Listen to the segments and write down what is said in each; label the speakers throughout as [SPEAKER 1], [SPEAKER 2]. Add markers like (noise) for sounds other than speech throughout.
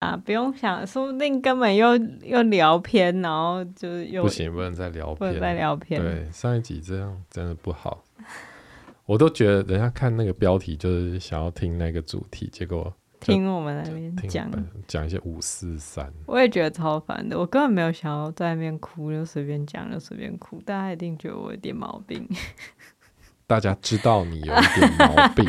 [SPEAKER 1] 啊，不用想，说不定根本又又聊偏，然后就是又
[SPEAKER 2] 不行，不能再聊
[SPEAKER 1] 不
[SPEAKER 2] 片
[SPEAKER 1] 能再
[SPEAKER 2] 了。
[SPEAKER 1] 聊偏。
[SPEAKER 2] 对，上一集这样真的不好，我都觉得人家看那个标题就是想要听那个主题，结果就
[SPEAKER 1] 听我们那边
[SPEAKER 2] 听
[SPEAKER 1] 讲，
[SPEAKER 2] 本讲一些五四三，
[SPEAKER 1] 我也觉得超烦的。我根本没有想要在那边哭，就随便讲，就随便哭。大家一定觉得我有点毛病，
[SPEAKER 2] 大家知道你有一点毛病，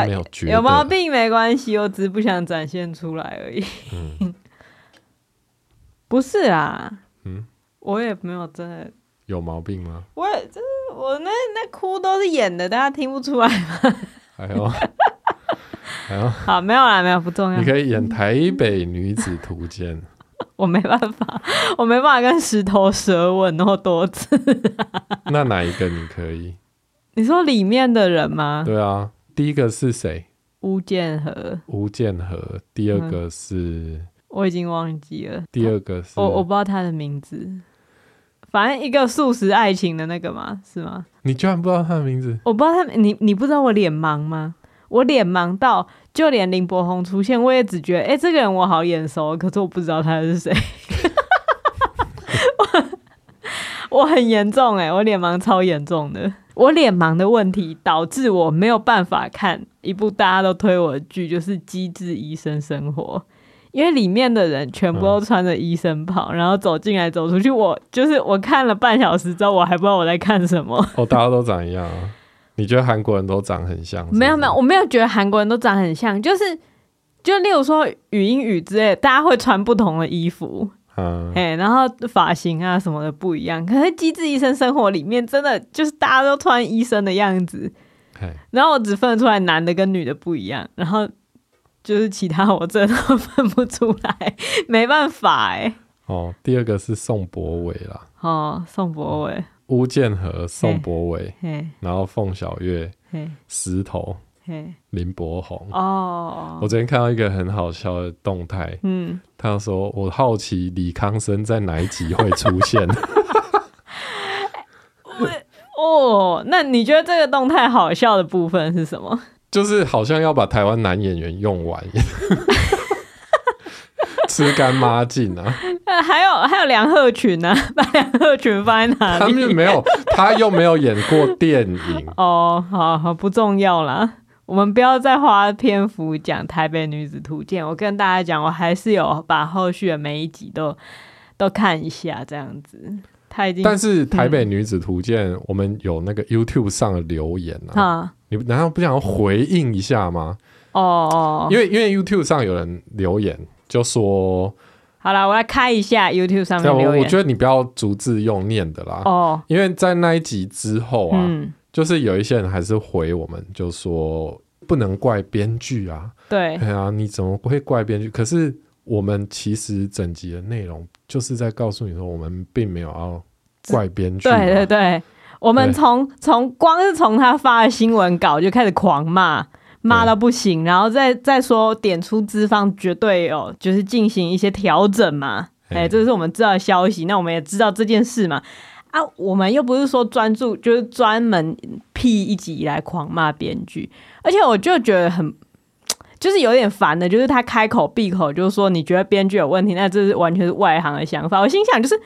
[SPEAKER 1] (laughs)
[SPEAKER 2] 家没有觉得
[SPEAKER 1] 啊有毛病没关系，我只是不想展现出来而已。
[SPEAKER 2] 嗯
[SPEAKER 1] (laughs) 不是啊，
[SPEAKER 2] 嗯，
[SPEAKER 1] 我也没有真的，
[SPEAKER 2] 有毛病吗？
[SPEAKER 1] 我也就是我那那哭都是演的，大家听不出来。 (laughs)
[SPEAKER 2] 还有还有，
[SPEAKER 1] 好，没有啦，没有，不重
[SPEAKER 2] 你
[SPEAKER 1] 要。
[SPEAKER 2] 可以演台北女子图鉴，
[SPEAKER 1] 我没办法，我没办法跟石头舌吻那么多次。 (laughs)
[SPEAKER 2] 那哪一个你可以？
[SPEAKER 1] 你说里面的人吗？
[SPEAKER 2] 对啊，第一个是谁？
[SPEAKER 1] 吴建和，
[SPEAKER 2] 吴建和，第
[SPEAKER 1] 嗯
[SPEAKER 2] 二个是、
[SPEAKER 1] 我已经忘记了，
[SPEAKER 2] 第二个是
[SPEAKER 1] 我我不知道他的名字。反正一个素食爱情的那个嘛，是吗？
[SPEAKER 2] 你居然不知道他的名字？
[SPEAKER 1] 我不知道他，你你不知道我脸盲吗？我脸盲到就连林柏宏出现，我也只觉得，哎、这个人我好眼熟，可是我不知道他是谁。 (laughs) 我我很严重哎、我脸盲超严重的。我脸盲的问题导致我没有办法看一部大家都推我的剧，就是《机智医生生活》，因为里面的人全部都穿着医生袍，然后走进来走出去。我就是我看了半小时之后，我还不知道我在看什么。
[SPEAKER 2] 哦，大家都长一样啊？你觉得韩国人都长很像是不是？
[SPEAKER 1] 没有没有，我没有觉得韩国人都长很像，就是就例如说语音语之类的，大家会穿不同的衣服，
[SPEAKER 2] 嗯，
[SPEAKER 1] 哎、然后发型啊什么的不一样。可是《机智医生生活》里面真的就是大家都穿医生的样子，
[SPEAKER 2] 嘿
[SPEAKER 1] 然后我只分得出来男的跟女的不一样，然后就是其他我真的都分不出来， (laughs) 没办法哎、
[SPEAKER 2] 哦，第二个是宋博伟啦，
[SPEAKER 1] 哦，宋博伟，
[SPEAKER 2] 吴建和、宋博伟，
[SPEAKER 1] 嘿
[SPEAKER 2] 然后凤小岳、
[SPEAKER 1] 嘿
[SPEAKER 2] 石头、
[SPEAKER 1] 嘿，
[SPEAKER 2] 林柏宏。
[SPEAKER 1] 哦
[SPEAKER 2] 我，昨天看到一个很好笑的动态，
[SPEAKER 1] 嗯，
[SPEAKER 2] 他说：“我好奇李康生在哪一集会出
[SPEAKER 1] (laughs)
[SPEAKER 2] 现。
[SPEAKER 1] 哦，那你觉得这个动态好笑的部分是什么？”
[SPEAKER 2] 就是好像要把台湾男演员用
[SPEAKER 1] (laughs)
[SPEAKER 2] 完，吃干抹净啊！
[SPEAKER 1] 呃， (laughs) 还有还有梁鹤群呢、啊， (laughs) 把梁鹤群放在哪
[SPEAKER 2] 他
[SPEAKER 1] 里？
[SPEAKER 2] 们没有，他又没有演过电影，
[SPEAKER 1] 哦，好好不重要啦，我们不要再花篇幅讲《台北女子图鉴》。我跟大家讲，我还是有把后续的每一集都都看一下，这样子。他已经
[SPEAKER 2] 但是《台北女子图鉴》我们有那个 YouTube 上的留言啊，
[SPEAKER 1] 啊，
[SPEAKER 2] 你难道不想要回应一下吗？
[SPEAKER 1] 哦哦，
[SPEAKER 2] 因为因为 YouTube 上有人留言就说，
[SPEAKER 1] 好啦，我来开一下 YouTube 上面
[SPEAKER 2] 啊我
[SPEAKER 1] 留
[SPEAKER 2] 我
[SPEAKER 1] 言。
[SPEAKER 2] 觉得你不要逐字用念的啦，
[SPEAKER 1] 哦，
[SPEAKER 2] 因为在那一集之后啊，
[SPEAKER 1] 嗯，
[SPEAKER 2] 就是有一些人还是回我们，就说不能怪编剧啊，
[SPEAKER 1] 对，
[SPEAKER 2] 对啊，你怎么会怪编剧？可是我们其实整集的内容就是在告诉你说，我们并没有要怪编剧嘛，啊
[SPEAKER 1] 对对对，我们
[SPEAKER 2] 对
[SPEAKER 1] 从从光是从他发的新闻稿就开始狂骂，骂到不行，然后再再说点出资方绝对有就是进行一些调整嘛，
[SPEAKER 2] 嘿
[SPEAKER 1] 哎、这是我们知道的消息，那我们也知道这件事嘛。啊，我们又不是说专注，就是专门辟一集来狂骂编剧，而且我就觉得很，就是有点烦的，就是他开口闭口就说你觉得编剧有问题，那这是完全是外行的想法。我心想就是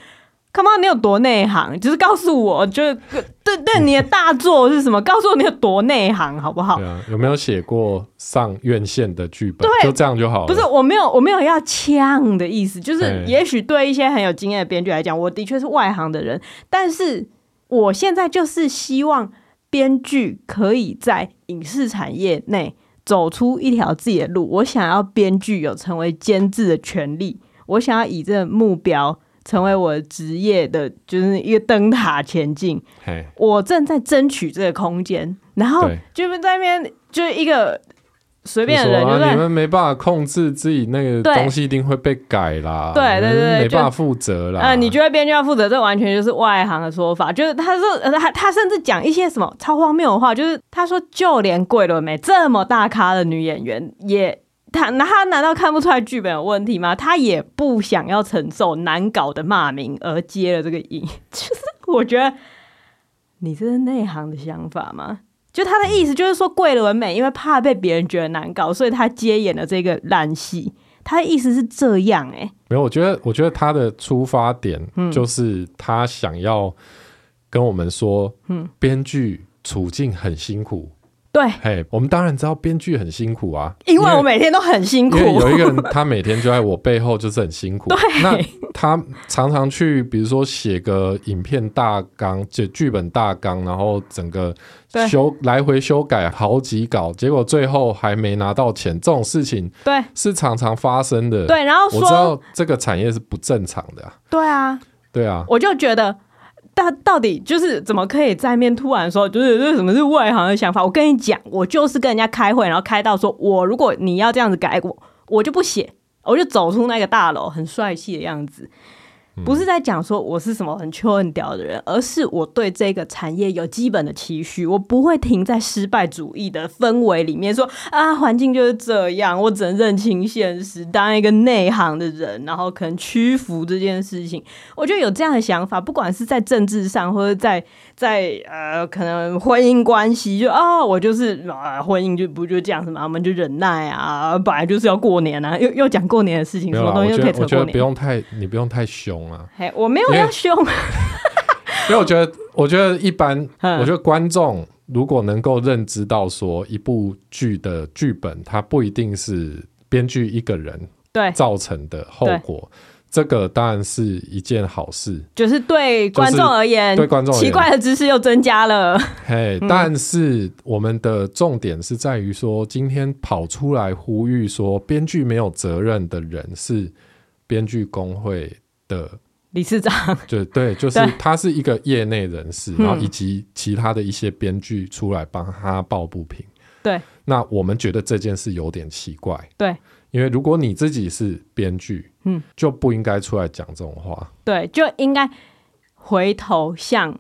[SPEAKER 1] ，come on，你有多内行？就是告诉我，就是 (laughs) 对对你的大作是什么？告诉我你有多内行，好不好
[SPEAKER 2] 对？啊，有没有写过上院线的剧本？就这样就好了。
[SPEAKER 1] 不是，我没有，我没有要呛的意思，就是
[SPEAKER 2] 对
[SPEAKER 1] 也许对一些很有经验的编剧来讲，我的确是外行的人，但是我现在就是希望编剧可以在影视产业内走出一条自己的路。我想要编剧有成为监制的权利，我想要以这个目标成为我的职业的，就是一个灯塔前进。
[SPEAKER 2] 嘿，
[SPEAKER 1] 我正在争取这个空间，然后
[SPEAKER 2] 对
[SPEAKER 1] 就是在那边就是一个随
[SPEAKER 2] 就
[SPEAKER 1] 便的
[SPEAKER 2] 说
[SPEAKER 1] 人就
[SPEAKER 2] 啊，
[SPEAKER 1] 在
[SPEAKER 2] 你。们没办法控制自己那个
[SPEAKER 1] 对
[SPEAKER 2] 东西，一定会被改啦。
[SPEAKER 1] 对对
[SPEAKER 2] 你们
[SPEAKER 1] 对
[SPEAKER 2] 没
[SPEAKER 1] 就
[SPEAKER 2] 办法负责啦。
[SPEAKER 1] 呃，你觉得编剧要负责，这完全就是外行的说法。就是他说，呃他他甚至讲一些什么超荒谬的话，就是他说，就连桂纶镁这么大咖的女演员也。他那他难道看不出来剧本有问题吗？他也不想要承受难搞的骂名而接了这个影， (laughs) 就是我觉得你这是内行的想法吗？就他的意思就是说，桂纶镁因为怕被别人觉得难搞，所以他接演了这个烂戏。他的意思是这样哎、
[SPEAKER 2] 没有，我觉得，我觉得他的出发点
[SPEAKER 1] 嗯
[SPEAKER 2] 就是他想要跟我们说，嗯，编剧处境很辛苦。
[SPEAKER 1] 对，
[SPEAKER 2] 嘿，我们当然知道编剧很辛苦啊，
[SPEAKER 1] 因为我每天都很辛苦
[SPEAKER 2] (laughs) 因，为有一个人，他每天就在我背后，就是很辛 (laughs) 苦。那他常常去，比如说写个影片大纲、写剧本大纲，然后整个
[SPEAKER 1] 对
[SPEAKER 2] 修来回修改好几稿，结果最后还没拿到钱，这种事情
[SPEAKER 1] 对
[SPEAKER 2] 是常常发生的。，
[SPEAKER 1] 对，然后
[SPEAKER 2] 我知
[SPEAKER 1] 说
[SPEAKER 2] 道这个产业是不正常的、啊。
[SPEAKER 1] 对啊，
[SPEAKER 2] 对啊，
[SPEAKER 1] 我就觉得。到到底就是怎么可以在面突然说，就是这什么是外行的想法？我跟你讲，我就是跟人家开会，然后开到说，我如果你要这样子改我，我就不写，我就走出那个大楼，很帅气的样子。
[SPEAKER 2] 嗯
[SPEAKER 1] 不是在讲说我是什么很秋很屌的人，而是我对这个产业有基本的期许，我不会停在失败主义的氛围里面说啊，环境就是这样，我只能认清现实，当一个内行的人，然后可能屈服这件事情。我觉得有这样的想法，不管是在政治上，或者在在呃，可能婚姻关系，就啊、我就是啊、婚姻就不就这样子嘛，我们就忍耐啊，本来就是要过年啊，又又讲过年的事情，什
[SPEAKER 2] 没有
[SPEAKER 1] 么
[SPEAKER 2] 啦，
[SPEAKER 1] 东
[SPEAKER 2] 我
[SPEAKER 1] 西
[SPEAKER 2] 觉
[SPEAKER 1] 都可以
[SPEAKER 2] 得我
[SPEAKER 1] 扯
[SPEAKER 2] 觉
[SPEAKER 1] 过
[SPEAKER 2] 得不
[SPEAKER 1] 年。
[SPEAKER 2] 用太，你不用太凶啊，
[SPEAKER 1] 嘿，我没有
[SPEAKER 2] 因为
[SPEAKER 1] 要凶，
[SPEAKER 2] 因为我觉得，我觉得一般，
[SPEAKER 1] 嗯
[SPEAKER 2] 我觉得观众如果能够认知到说一部剧的剧本，它不一定是编剧一个人
[SPEAKER 1] 对，
[SPEAKER 2] 造成的后果，这个当然是一件好事。
[SPEAKER 1] 就是对
[SPEAKER 2] 就是
[SPEAKER 1] 观众而言，
[SPEAKER 2] 对观众而言
[SPEAKER 1] 奇怪的嗯知识又增加了。 (laughs)
[SPEAKER 2] 嘿，但是我们的重点是在于说，今天跑出来呼吁说编剧没有责任的人是编剧工会的
[SPEAKER 1] 理事长，
[SPEAKER 2] 就
[SPEAKER 1] (laughs)
[SPEAKER 2] 对，就是
[SPEAKER 1] 对
[SPEAKER 2] 他是一个业内人士，
[SPEAKER 1] 嗯
[SPEAKER 2] 然后以及其他的一些编剧出来帮他抱不平。
[SPEAKER 1] 对，
[SPEAKER 2] 那我们觉得这件事有点奇怪，
[SPEAKER 1] 对
[SPEAKER 2] 因为如果你自己是编剧，
[SPEAKER 1] 嗯，
[SPEAKER 2] 就不应该出来讲这种话。
[SPEAKER 1] 对，就应该回头向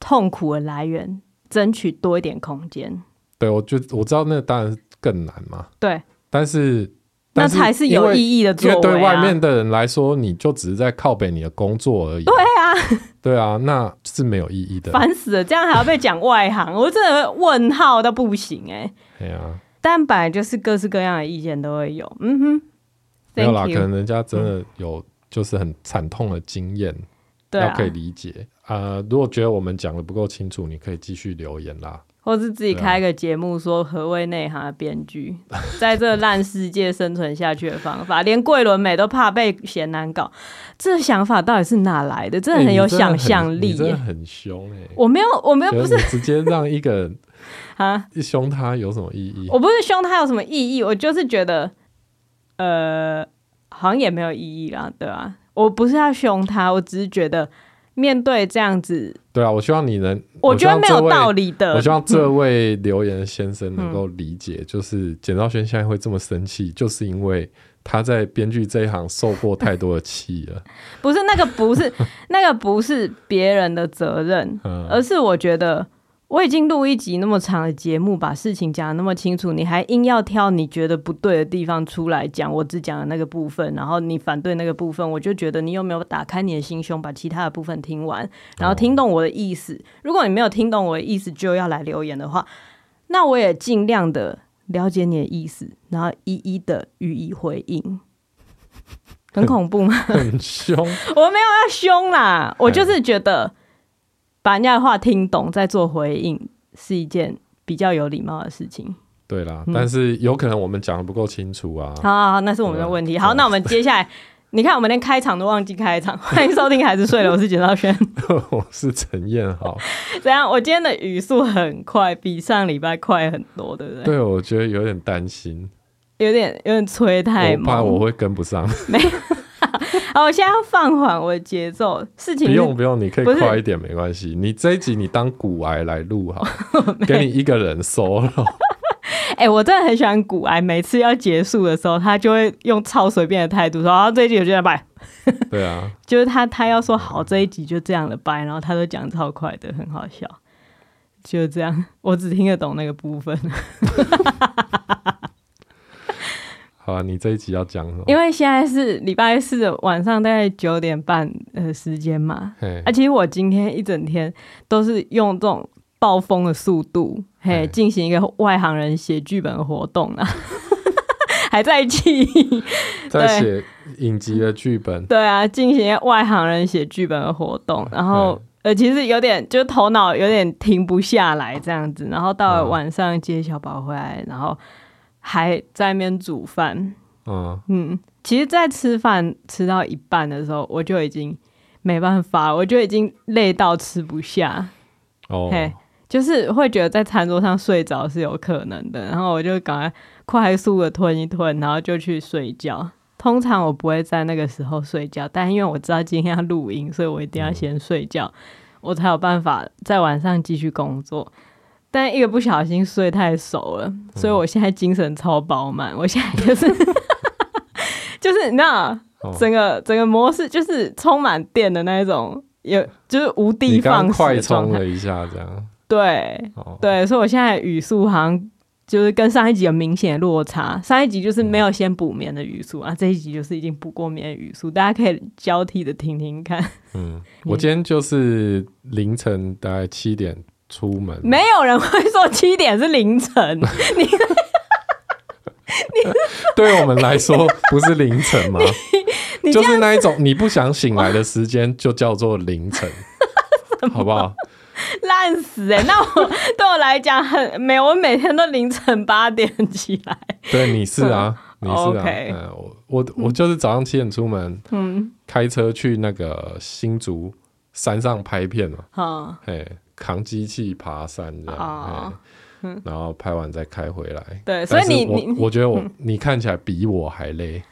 [SPEAKER 1] 痛苦的来源争取多一点空间。
[SPEAKER 2] 对我就我知道那当然是更难嘛，
[SPEAKER 1] 对，
[SPEAKER 2] 但是
[SPEAKER 1] 那
[SPEAKER 2] 但是
[SPEAKER 1] 才是有
[SPEAKER 2] 因为
[SPEAKER 1] 意义的作
[SPEAKER 2] 因
[SPEAKER 1] 为、
[SPEAKER 2] 为
[SPEAKER 1] 啊、
[SPEAKER 2] 对外面的人来说，你就只是在靠北你的工作而已。对啊，对啊，那是没有意义的。
[SPEAKER 1] 烦死了，这样还要被讲外行， (laughs) 我真的问号到不行哎、
[SPEAKER 2] 哎呀、
[SPEAKER 1] 但本来就是各式各样的意见都会有，嗯哼，
[SPEAKER 2] 没有啦，
[SPEAKER 1] Thank you
[SPEAKER 2] 可
[SPEAKER 1] 嗯
[SPEAKER 2] 能人家真的有就是很惨痛的经验，
[SPEAKER 1] 对
[SPEAKER 2] 要
[SPEAKER 1] 啊
[SPEAKER 2] 可，以理解。呃，如果觉得我们讲的不够清楚，你可以继续留言啦。
[SPEAKER 1] 或是
[SPEAKER 2] 啊
[SPEAKER 1] 自己开个节目说何谓内行的编剧， (laughs) 在这烂世界生存下去的方法， (laughs) 连桂纶镁都怕被嫌难搞，这想法到底是哪来的？真的很有想象
[SPEAKER 2] 欸
[SPEAKER 1] 力
[SPEAKER 2] 你哎真的
[SPEAKER 1] 耶、
[SPEAKER 2] 很你真的很
[SPEAKER 1] (laughs)
[SPEAKER 2] 凶哎、欸！
[SPEAKER 1] 我没有，我没有，
[SPEAKER 2] 觉得
[SPEAKER 1] 不是
[SPEAKER 2] 你直接让一个人
[SPEAKER 1] 啊，
[SPEAKER 2] 一凶他有什么意义？
[SPEAKER 1] 我不是凶他有什么意义，我就是觉得，呃，好像也没有意义啦，对吧、我不是要凶他，我只是觉得面对这样子，
[SPEAKER 2] (laughs) 对啊，我希望你能，
[SPEAKER 1] 我觉得没有道
[SPEAKER 2] 理。
[SPEAKER 1] 理的
[SPEAKER 2] 我希。望这
[SPEAKER 1] 嗯
[SPEAKER 2] 位留言先生能够理解，就是简兆轩现在会这么生气，就是因为他在编剧这一行受过太多的气了。 (laughs)
[SPEAKER 1] 不是那个，不是那个，不是别人的责任，
[SPEAKER 2] 嗯
[SPEAKER 1] 而是我觉得我已经录一集那么长的节目，把事情讲的那么清楚，你还硬要挑你觉得不对的地方出来讲，我只讲了那个部分，然后你反对那个部分，我就觉得你有没有打开你的心胸，把其他的部分听完，然后听懂我的意思。如果你没有听懂我的意思，就要来留言的话，那我也尽量的了解你的意思，然后一一的予以回应。很恐怖吗？
[SPEAKER 2] 很凶，
[SPEAKER 1] (laughs) 我没有要凶
[SPEAKER 2] 嗯
[SPEAKER 1] 啦，我就是觉得把人家的话听懂再做回应是一件比较有礼貌的事情。
[SPEAKER 2] 对啦，但是有可能我们讲的不够清楚啊。
[SPEAKER 1] 嗯好好好，那是我们的问题。好，那我们接下来， (laughs) 你看我们连开场都忘记开场， (laughs) 欢迎收听《孩子睡了》，我是简兆轩。
[SPEAKER 2] (laughs) 我是陈彦豪，
[SPEAKER 1] (laughs) 怎样？我今天的语速很快，比上礼拜快很多，对不对？
[SPEAKER 2] 对我觉得有点担心，
[SPEAKER 1] 有点有点催太
[SPEAKER 2] 我怕我
[SPEAKER 1] 猛。
[SPEAKER 2] 会跟不上。
[SPEAKER 1] 好，我现在要放缓我的节奏。事
[SPEAKER 2] 不
[SPEAKER 1] 情是
[SPEAKER 2] 用不用，你可以
[SPEAKER 1] 不是
[SPEAKER 2] 快一点，没关系。你这一集你当骨癌来
[SPEAKER 1] (laughs)
[SPEAKER 2] 录好，
[SPEAKER 1] 哦
[SPEAKER 2] 给你一个人 solo。 (laughs)
[SPEAKER 1] 哎、我真的很喜欢古埃，每次要结束的时候，他就会用超随便的态度说：“好，这一集我就要拜。”
[SPEAKER 2] 对啊，
[SPEAKER 1] 就是他他要说好这一集就这样了拜，然后他都讲超快的，很好笑。就这样，我只听得懂那个部分， (laughs)
[SPEAKER 2] 好啊，你这一集要讲什么？
[SPEAKER 1] 因为现在是礼拜四的晚上，大概九点半呃时间嘛。
[SPEAKER 2] 嘿
[SPEAKER 1] 啊，其实我今天一整天都是用这种暴风的速度，嘿，
[SPEAKER 2] 哎
[SPEAKER 1] 进行一个外行人写剧本的活动啊， (laughs) 还在气。
[SPEAKER 2] 在写影集的剧本，
[SPEAKER 1] 对啊，进行外行人写剧本的活动，然后呃，其实有点就头脑有点停不下来这样子，然后到了
[SPEAKER 2] 嗯
[SPEAKER 1] 晚上接小宝回来，然后还在那边煮饭。
[SPEAKER 2] 嗯，
[SPEAKER 1] 嗯，其实，在吃饭吃到一半的时候，我就已经没办法，我就已经累到吃不下，
[SPEAKER 2] 哦，
[SPEAKER 1] 嘿，就是会觉得在餐桌上睡着是有可能的，然后我就赶快快速的吞一吞，然后就去睡觉。通常我不会在那个时候睡觉，但因为我知道今天要录音，所以我一定要先睡觉，我才有办法在晚上继续工作。但一个不小心睡太熟了，所以我现在精神超饱满，我现在就是 (laughs) 就是你知道，
[SPEAKER 2] 哦
[SPEAKER 1] 整个整个模式就是充满电的那一种，也就是无
[SPEAKER 2] 你
[SPEAKER 1] 的
[SPEAKER 2] 刚
[SPEAKER 1] 放矢
[SPEAKER 2] 快
[SPEAKER 1] 的状
[SPEAKER 2] 充
[SPEAKER 1] 态。
[SPEAKER 2] 了一下，这
[SPEAKER 1] (laughs)
[SPEAKER 2] 样，
[SPEAKER 1] 对，
[SPEAKER 2] 哦，
[SPEAKER 1] 对，所以我现在语速好像就是跟上一集有明显的落差。上一集就是没有先补眠的语速
[SPEAKER 2] 嗯
[SPEAKER 1] 啊，这一集就是已经补过眠的语速，大家可以交替的听听看。 (laughs)
[SPEAKER 2] 嗯，我今天就是凌晨大概七点出门，
[SPEAKER 1] 没有人会说七点是凌晨，
[SPEAKER 2] 对我们来说不是凌晨吗？
[SPEAKER 1] (laughs) 你这
[SPEAKER 2] 就是那一种你不想醒来的时间，就叫做
[SPEAKER 1] (laughs)
[SPEAKER 2] 凌晨，好不好？
[SPEAKER 1] 烂死哎、那我对我来讲很没有，我每天都凌晨八点起来。
[SPEAKER 2] (laughs) 对，你是啊，你是啊，
[SPEAKER 1] OK
[SPEAKER 2] 嗯，我我我就是早上七点出门，
[SPEAKER 1] 嗯，
[SPEAKER 2] 开车去那个新竹山上拍片嘛，
[SPEAKER 1] 好，
[SPEAKER 2] 嘿，扛机器爬山这
[SPEAKER 1] 哦
[SPEAKER 2] 样，嘿然后拍完再开回来。
[SPEAKER 1] 对，所以
[SPEAKER 2] 但是
[SPEAKER 1] 你
[SPEAKER 2] 我
[SPEAKER 1] 你你嗯
[SPEAKER 2] 我觉得我你看起来比我还累，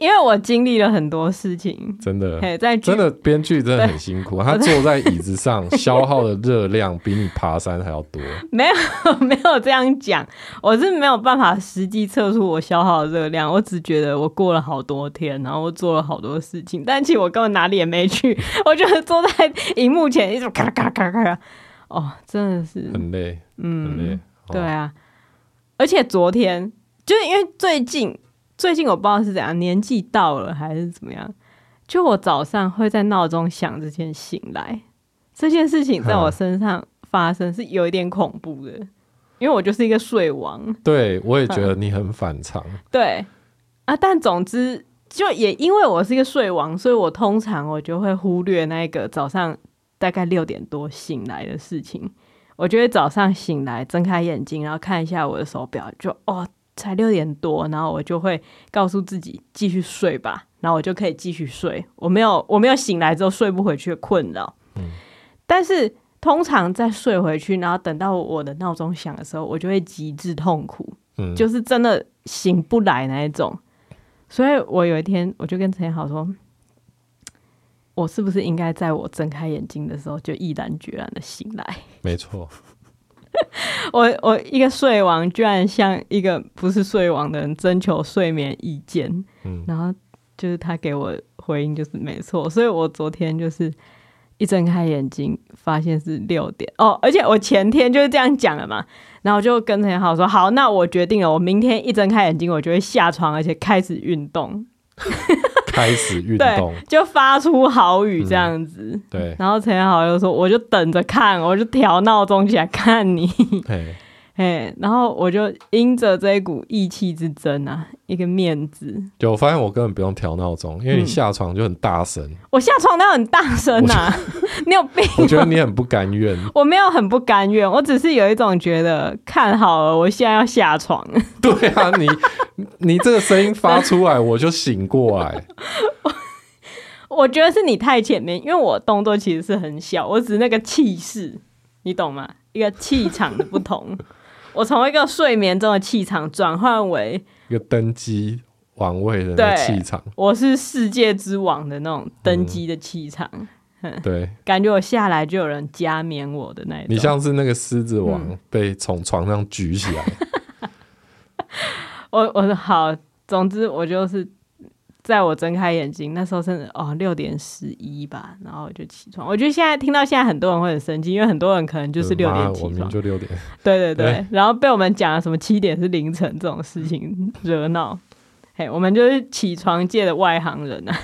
[SPEAKER 1] 因为我经历了很多事情，
[SPEAKER 2] 真的。
[SPEAKER 1] 嘿，在剧
[SPEAKER 2] 真的，编剧真的很辛苦，他坐在椅子
[SPEAKER 1] (laughs)
[SPEAKER 2] 上消耗的热量比你爬山还要多。
[SPEAKER 1] 没有 (laughs) 没有这样讲，我是没有办法实际测出我消耗的热量，我只觉得我过了好多天，然后我做了好多事情，但其实我根本哪里也没去，我就是坐在荧幕前一直咔咔咔咔咔，哦，真的是，
[SPEAKER 2] 很累，嗯，很累。哦
[SPEAKER 1] 对啊，而且昨天就是因为最近最近我不知道是怎样，年纪到了还是怎么样，就我早上会在闹钟响之前醒来，这件事情在我
[SPEAKER 2] 嗯
[SPEAKER 1] 身上发生是有一点恐怖的，因为我就是一个睡王，
[SPEAKER 2] 对我也觉得你很反常。
[SPEAKER 1] 对啊，但总之。就也因为我是一个睡王，所以我通常我就会忽略那个早上大概六点多醒来的事情。我就会早上醒来，睁开眼睛，然后看一下我的手表，就哦，才六点多，然后我就会告诉自己继续睡吧，然后我就可以继续睡。我没有，我没有醒来之后睡不回去的困扰。 (laughs) 但是通常在睡回去，然后等到我的闹钟响的时候，我就会极致痛苦，
[SPEAKER 2] 嗯
[SPEAKER 1] 就是真的醒不来那一种。所以我有一天，我就跟陈彦豪说。我是不是应该在我睁开眼睛的时候就毅然决然的醒来？
[SPEAKER 2] 没错，
[SPEAKER 1] 我我一个睡王，居然向一个不是睡王的人征求睡眠意见，
[SPEAKER 2] 嗯
[SPEAKER 1] 然后就是他给我回应就是没错，所以我昨天就是一睁开眼睛发现是六点哦，而且我前天就是这样讲了嘛，然后我就跟陈浩说好，那我决定了，我明天一睁开眼睛我就会下床，而且开始运动，
[SPEAKER 2] 开始
[SPEAKER 1] (laughs)
[SPEAKER 2] 运
[SPEAKER 1] 对
[SPEAKER 2] 动，，
[SPEAKER 1] 就发出好语这样子，
[SPEAKER 2] 对，
[SPEAKER 1] 然后陈浩就说我就等着看，我就调闹钟起来看你。
[SPEAKER 2] 嘿，
[SPEAKER 1] 哎，然后我就因着这一股意气之争啊，一个面子，
[SPEAKER 2] 就我发现我根本不用调闹钟，因为你
[SPEAKER 1] 嗯
[SPEAKER 2] 下床就很大声，
[SPEAKER 1] 我下床都很大声啊， (laughs) 你有病！
[SPEAKER 2] 我觉得你很不甘愿。 (laughs)
[SPEAKER 1] 我没有很不甘愿，我只是有一种觉得看好了，我现在要下床，
[SPEAKER 2] 对啊，你你这个声音发出来，我就醒过来。
[SPEAKER 1] (laughs) 我觉得是你太前面，因为我动作其实是很小，我只是那个气势，你懂吗？一个气场的不同，我从一个睡眠中的气场转换为
[SPEAKER 2] 一个登基王位的那个
[SPEAKER 1] 对
[SPEAKER 2] 气场，
[SPEAKER 1] 我是世界之王的那种
[SPEAKER 2] 嗯
[SPEAKER 1] 登基的气场，
[SPEAKER 2] 对
[SPEAKER 1] 感觉我下来就有人加冕我的那一种。
[SPEAKER 2] 你像是那个狮子王
[SPEAKER 1] 嗯
[SPEAKER 2] 被从床上举起来，
[SPEAKER 1] 我我说好，总之我就是在我睁开眼睛那时候甚至哦六点十一吧，然后我就起床。我觉得现在听到现在很多人会很生气，因为很多人可能就是六
[SPEAKER 2] 妈
[SPEAKER 1] 点
[SPEAKER 2] 我
[SPEAKER 1] 起
[SPEAKER 2] 明
[SPEAKER 1] 床，
[SPEAKER 2] 就六点，
[SPEAKER 1] 对对对，
[SPEAKER 2] 对
[SPEAKER 1] (laughs) 然后被我们讲了什么七点是凌晨这种事情惹恼。嘿，我们就是起床界的外行人啊！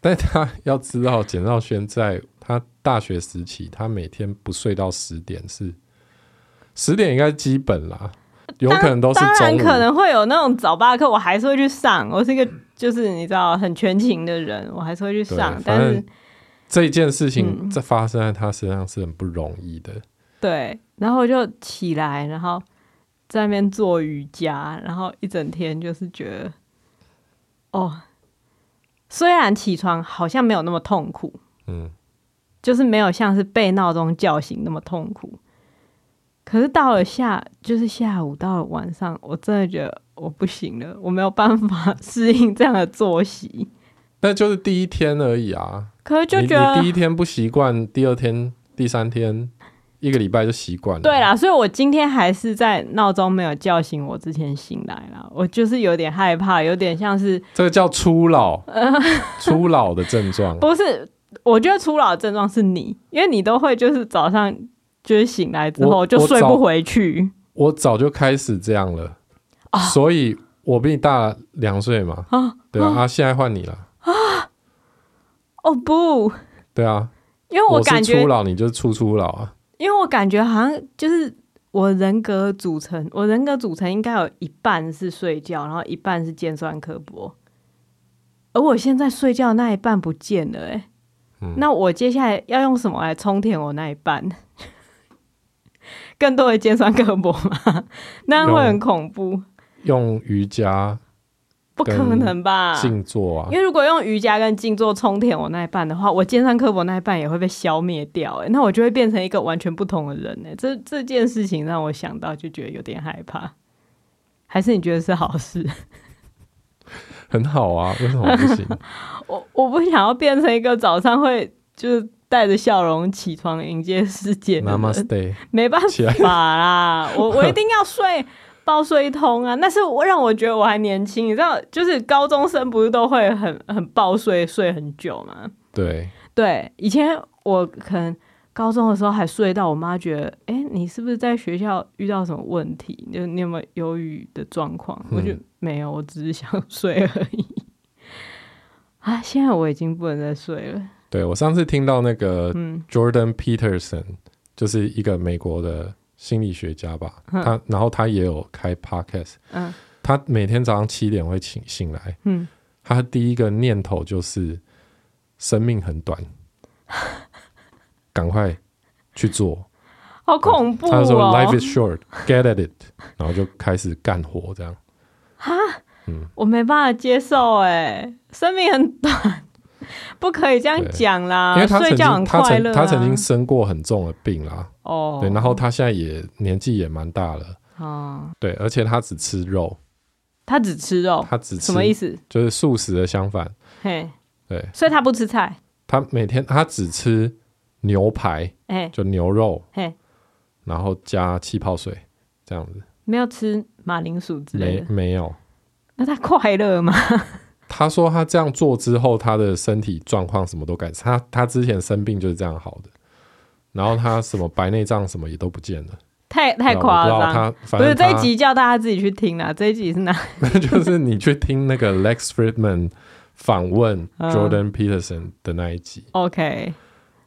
[SPEAKER 2] 但他要知道，简兆轩在他大学时期，他每天不睡到十点是十点应该是基本啦。有可能都是
[SPEAKER 1] 当然
[SPEAKER 2] 中午，
[SPEAKER 1] 可能会有那种早八课，我还是会去上。我是一个就是你知道很全勤的人，我还是会去
[SPEAKER 2] 对
[SPEAKER 1] 上。
[SPEAKER 2] 反
[SPEAKER 1] 但是
[SPEAKER 2] 正这一件事
[SPEAKER 1] 嗯
[SPEAKER 2] 情在发生在他身上是很不容易的。
[SPEAKER 1] 对，然后我就起来，然后在那边做瑜伽，然后一整天就是觉得，哦，虽然起床好像没有那么痛苦，
[SPEAKER 2] 嗯，
[SPEAKER 1] 就是没有像是被闹钟叫醒那么痛苦。可是到了下，就是下午到了晚上，我真的觉得我不行了，我没有办法 (laughs) 适应这样的作息。
[SPEAKER 2] 那就是第一天而已啊。
[SPEAKER 1] 可是就
[SPEAKER 2] 你
[SPEAKER 1] 觉
[SPEAKER 2] 你第一
[SPEAKER 1] 得，
[SPEAKER 2] 天不习惯，第二天、第三天，一个礼拜就习惯了。
[SPEAKER 1] 对啦，所以我今天还是在闹钟没有叫醒我之前醒来啦。我就是有点害怕，有点像是
[SPEAKER 2] 这个叫初
[SPEAKER 1] (laughs)
[SPEAKER 2] 老，初老的症状。
[SPEAKER 1] 不是？我觉得初老的症状是你，因为你都会就是早上就是醒来之
[SPEAKER 2] 我
[SPEAKER 1] 后就
[SPEAKER 2] 我
[SPEAKER 1] 睡
[SPEAKER 2] 早
[SPEAKER 1] 不回去。
[SPEAKER 2] 我早就开始这样了，
[SPEAKER 1] 哦
[SPEAKER 2] 所以我比你大两岁嘛。对啊，啊，现在换你了。
[SPEAKER 1] 哦不，
[SPEAKER 2] 对啊，
[SPEAKER 1] 因为
[SPEAKER 2] 我
[SPEAKER 1] 感
[SPEAKER 2] 是
[SPEAKER 1] 觉
[SPEAKER 2] 初老，你就是初初老啊。
[SPEAKER 1] 因为我感觉好像就是我人格组成，我人格组成应该有一半是睡觉，然后一半是尖酸刻薄，而我现在睡觉那一半不见了、欸，哎、
[SPEAKER 2] 嗯
[SPEAKER 1] 那我接下来要用什么来充填我那一半？ (laughs) 更多的尖酸刻薄吗？那样会很恐怖，
[SPEAKER 2] 用瑜伽
[SPEAKER 1] 不可能吧？
[SPEAKER 2] 静坐啊
[SPEAKER 1] 因，为如果用瑜伽跟静坐充填我那一半的话，我尖酸刻薄那一半也会被消灭掉、欸，那我就会变成一个完全不同的人、欸，这这件事情让我想到就觉得有点害怕，还是你觉得是好事？
[SPEAKER 2] 很好啊，为什么不
[SPEAKER 1] (laughs)
[SPEAKER 2] 行？
[SPEAKER 1] 我我不想要变成一个早上会就是带着笑容起床迎接世界的人，
[SPEAKER 2] Namaste，
[SPEAKER 1] 没办
[SPEAKER 2] 起来
[SPEAKER 1] 法啦，我我一定要睡。包睡一通啊！那是我让我觉得我还年轻，你知道，就是高中生不是都会很很暴睡睡很久吗？
[SPEAKER 2] 对，
[SPEAKER 1] 对，以前我可能高中的时候还睡到我妈觉得，哎、你是不是在学校遇到什么问题？就你有没有忧郁的状况？
[SPEAKER 2] 嗯
[SPEAKER 1] 我就没有，我只是想睡而已。 (laughs) 啊，现在我已经不能再睡了。
[SPEAKER 2] 对我上次听到那个
[SPEAKER 1] 嗯
[SPEAKER 2] Jordan Peterson，就是一个美国的心理学家吧，
[SPEAKER 1] 嗯
[SPEAKER 2] 他然后他也有开 podcast，
[SPEAKER 1] 嗯
[SPEAKER 2] 他每天早上七点会醒醒来，
[SPEAKER 1] 嗯，
[SPEAKER 2] 他第一个念头就是生命很
[SPEAKER 1] (laughs)
[SPEAKER 2] 短，赶快去做。
[SPEAKER 1] 好恐怖
[SPEAKER 2] 他说
[SPEAKER 1] 哦！
[SPEAKER 2] Life is short, get at it，然后就开始干活这样。
[SPEAKER 1] 我没办法接受、哎，生命很短，不可以这样
[SPEAKER 2] 对
[SPEAKER 1] 讲啦。
[SPEAKER 2] 因为他
[SPEAKER 1] 啊睡
[SPEAKER 2] 曾
[SPEAKER 1] 觉很
[SPEAKER 2] 经他
[SPEAKER 1] 快
[SPEAKER 2] 曾
[SPEAKER 1] 乐、啊
[SPEAKER 2] 他曾经生过很重的病啦，
[SPEAKER 1] 哦，
[SPEAKER 2] 对，然后他现在也年纪也蛮大了，
[SPEAKER 1] 哦，
[SPEAKER 2] 对，而且他只吃肉，
[SPEAKER 1] 他只吃肉，
[SPEAKER 2] 他只吃
[SPEAKER 1] 哦什么意思？
[SPEAKER 2] 就是素食的相反，
[SPEAKER 1] 嘿，
[SPEAKER 2] 对
[SPEAKER 1] 所以他不吃菜。
[SPEAKER 2] 他每天他只吃牛排，
[SPEAKER 1] 哎、
[SPEAKER 2] 就牛肉，
[SPEAKER 1] 嘿，
[SPEAKER 2] 然后加气泡水这样子，
[SPEAKER 1] 没有吃马铃薯之类
[SPEAKER 2] 没
[SPEAKER 1] 的，
[SPEAKER 2] 没有。
[SPEAKER 1] 那他快乐吗？ (laughs)
[SPEAKER 2] 他说他这样做之后，他的身体状况什么都改善。他他之前生病就是这样好的，然后他什么白内障什么也都不见了，
[SPEAKER 1] 太太
[SPEAKER 2] 那我
[SPEAKER 1] 夸
[SPEAKER 2] 不知道
[SPEAKER 1] 张。
[SPEAKER 2] 他反
[SPEAKER 1] 不
[SPEAKER 2] 正
[SPEAKER 1] 是这一
[SPEAKER 2] 他
[SPEAKER 1] 集叫大家自己去听啦，这一集是哪？
[SPEAKER 2] (laughs) 就是你去听那个 Lex Friedman 访问
[SPEAKER 1] 嗯
[SPEAKER 2] Jordan Peterson 的那一集，
[SPEAKER 1] (laughs) OK，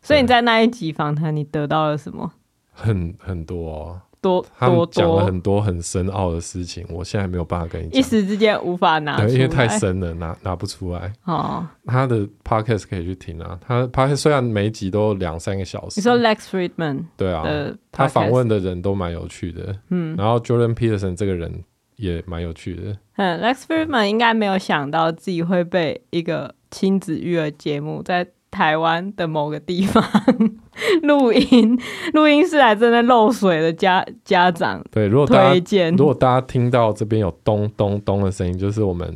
[SPEAKER 1] 所以你在那一集访谈你得到了什么？
[SPEAKER 2] 很很多、哦，
[SPEAKER 1] 多
[SPEAKER 2] 他们
[SPEAKER 1] 多
[SPEAKER 2] 讲了
[SPEAKER 1] 多，
[SPEAKER 2] 很多很深奥的事情，我现在没有办法跟你
[SPEAKER 1] 一
[SPEAKER 2] 讲，
[SPEAKER 1] 时之间无法拿出来。
[SPEAKER 2] 对，因为太深了，拿拿不出来。
[SPEAKER 1] 哦。
[SPEAKER 2] 他的 podcast 可以去听啊，他的 podcast 虽然每一集都有两三个小时，
[SPEAKER 1] 你说 Lex Friedman
[SPEAKER 2] 对啊，
[SPEAKER 1] 的 podcast,、
[SPEAKER 2] 他访问的人都蛮有趣的，嗯，然后 Jordan Peterson 这个人也蛮有趣的，
[SPEAKER 1] 嗯，Lex Friedman 应该没有想到自己会被一个亲子育儿节目在台湾的某个地方 (laughs) 录音，录音室还正在漏水的家哦家长
[SPEAKER 2] 对，如果大
[SPEAKER 1] 推
[SPEAKER 2] 家
[SPEAKER 1] 荐。
[SPEAKER 2] 如果大家听到这边有咚咚咚的声音，就是我们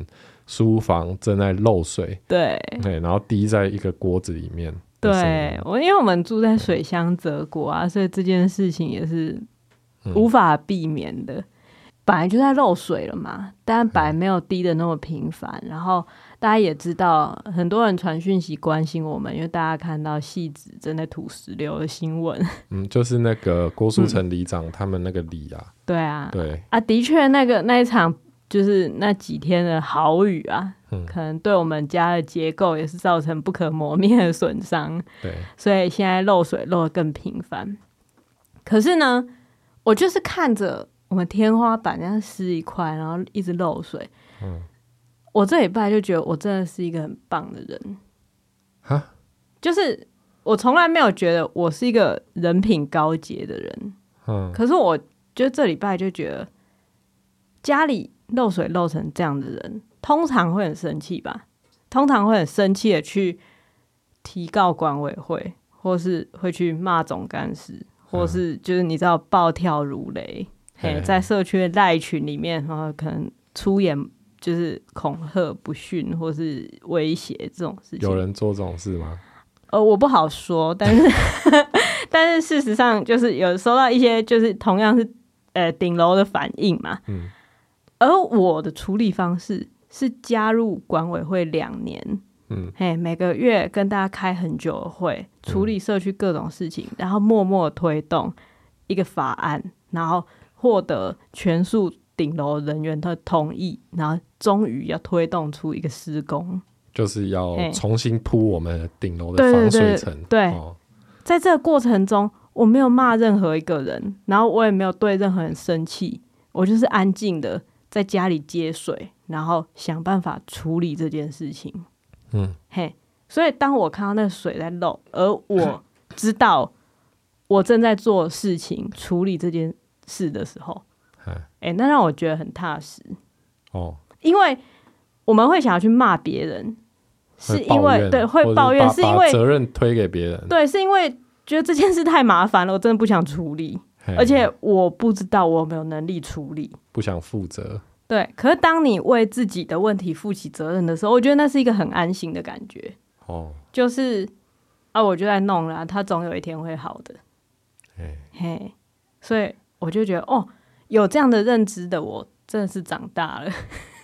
[SPEAKER 2] 书房正在漏水，
[SPEAKER 1] 对
[SPEAKER 2] 对，然后滴在一个锅子里面的声音，
[SPEAKER 1] 对，我因为我们住在水乡泽国啊，所以这件事情也是
[SPEAKER 2] 嗯
[SPEAKER 1] 无法避免的。本来就在漏水了嘛，但嗯本来没有滴的那么频繁。然后大家也知道，很多人传讯息关心我们，因为大家看到戏子正在吐石榴的新闻。 (laughs)
[SPEAKER 2] 嗯，就是那个郭书成里长他们那个里啊，
[SPEAKER 1] 对嗯啊，
[SPEAKER 2] 对，
[SPEAKER 1] 啊，的确，那个那一场就是那几天的豪雨啊，
[SPEAKER 2] 嗯
[SPEAKER 1] 可能对我们家的结构也是造成不可磨灭的损伤。
[SPEAKER 2] 对，
[SPEAKER 1] 所以现在漏水漏得更频繁。可是呢，我就是看着我我们天花板这样撕一块，然后一直漏水。嗯，我这礼拜就觉得我真的是一个很棒的人，
[SPEAKER 2] 哈，
[SPEAKER 1] 就是我从来没有觉得我是一个人品高洁的人，
[SPEAKER 2] 嗯，
[SPEAKER 1] 可是我就这礼拜就觉得家里漏水漏成这样的人，通常会很生气吧？通常会很生气的去提告管委会，或是会去骂总干事，或是就是你知道暴跳如雷，嘿
[SPEAKER 2] 嗯嘿
[SPEAKER 1] 在社区的赖群里面，然后可能出言就是恐吓不逊，或是威胁这种事情。
[SPEAKER 2] 有人做这种事吗？
[SPEAKER 1] 呃，我不好说，但是 (laughs) 但是事实上就是有收到一些就是同样是呃顶楼的反应嘛，
[SPEAKER 2] 嗯，
[SPEAKER 1] 而我的处理方式是加入管委会两年，
[SPEAKER 2] 嗯，
[SPEAKER 1] 嘿，每个月跟大家开很久的会，处理社区各种事情，然后默默推动一个法案，然后获得全数顶楼人员的同意，然后终于要推动出一个施工。
[SPEAKER 2] 就是要
[SPEAKER 1] 嘿
[SPEAKER 2] 重新铺我们顶楼的
[SPEAKER 1] 对对
[SPEAKER 2] 防水
[SPEAKER 1] 对
[SPEAKER 2] 层，
[SPEAKER 1] 对
[SPEAKER 2] 哦，
[SPEAKER 1] 在这个过程中，我没有骂任何一个人，然后我也没有对任何人生气，我就是安静的在家里接水，然后想办法处理这件事情。
[SPEAKER 2] 嗯，
[SPEAKER 1] 嘿，所以当我看到那个水在漏，而我知道我正在做事情处理这件事的时候，
[SPEAKER 2] 哎，
[SPEAKER 1] 哎、那让我觉得很踏实，
[SPEAKER 2] 哦，
[SPEAKER 1] 因为我们会想要去骂别人，是
[SPEAKER 2] 会抱
[SPEAKER 1] 因为
[SPEAKER 2] 怨
[SPEAKER 1] 对
[SPEAKER 2] 或者
[SPEAKER 1] 会抱怨，
[SPEAKER 2] 把
[SPEAKER 1] 是因
[SPEAKER 2] 把
[SPEAKER 1] 为
[SPEAKER 2] 责任推给别人，
[SPEAKER 1] 对，是因为觉得这件事太麻烦了，我真的不想处理，
[SPEAKER 2] 嘿
[SPEAKER 1] 而且我不知道我有没有能力处理。
[SPEAKER 2] 不想负责，
[SPEAKER 1] 对，可是当你为自己的问题负起责任的时候，我觉得那是一个很安心的感觉，
[SPEAKER 2] 哦，
[SPEAKER 1] 就是啊，我就在弄啦，它总有一天会好的。
[SPEAKER 2] 哎，
[SPEAKER 1] 嘿，所以我就觉得，哦，有这样的认知的我，真的是长大了。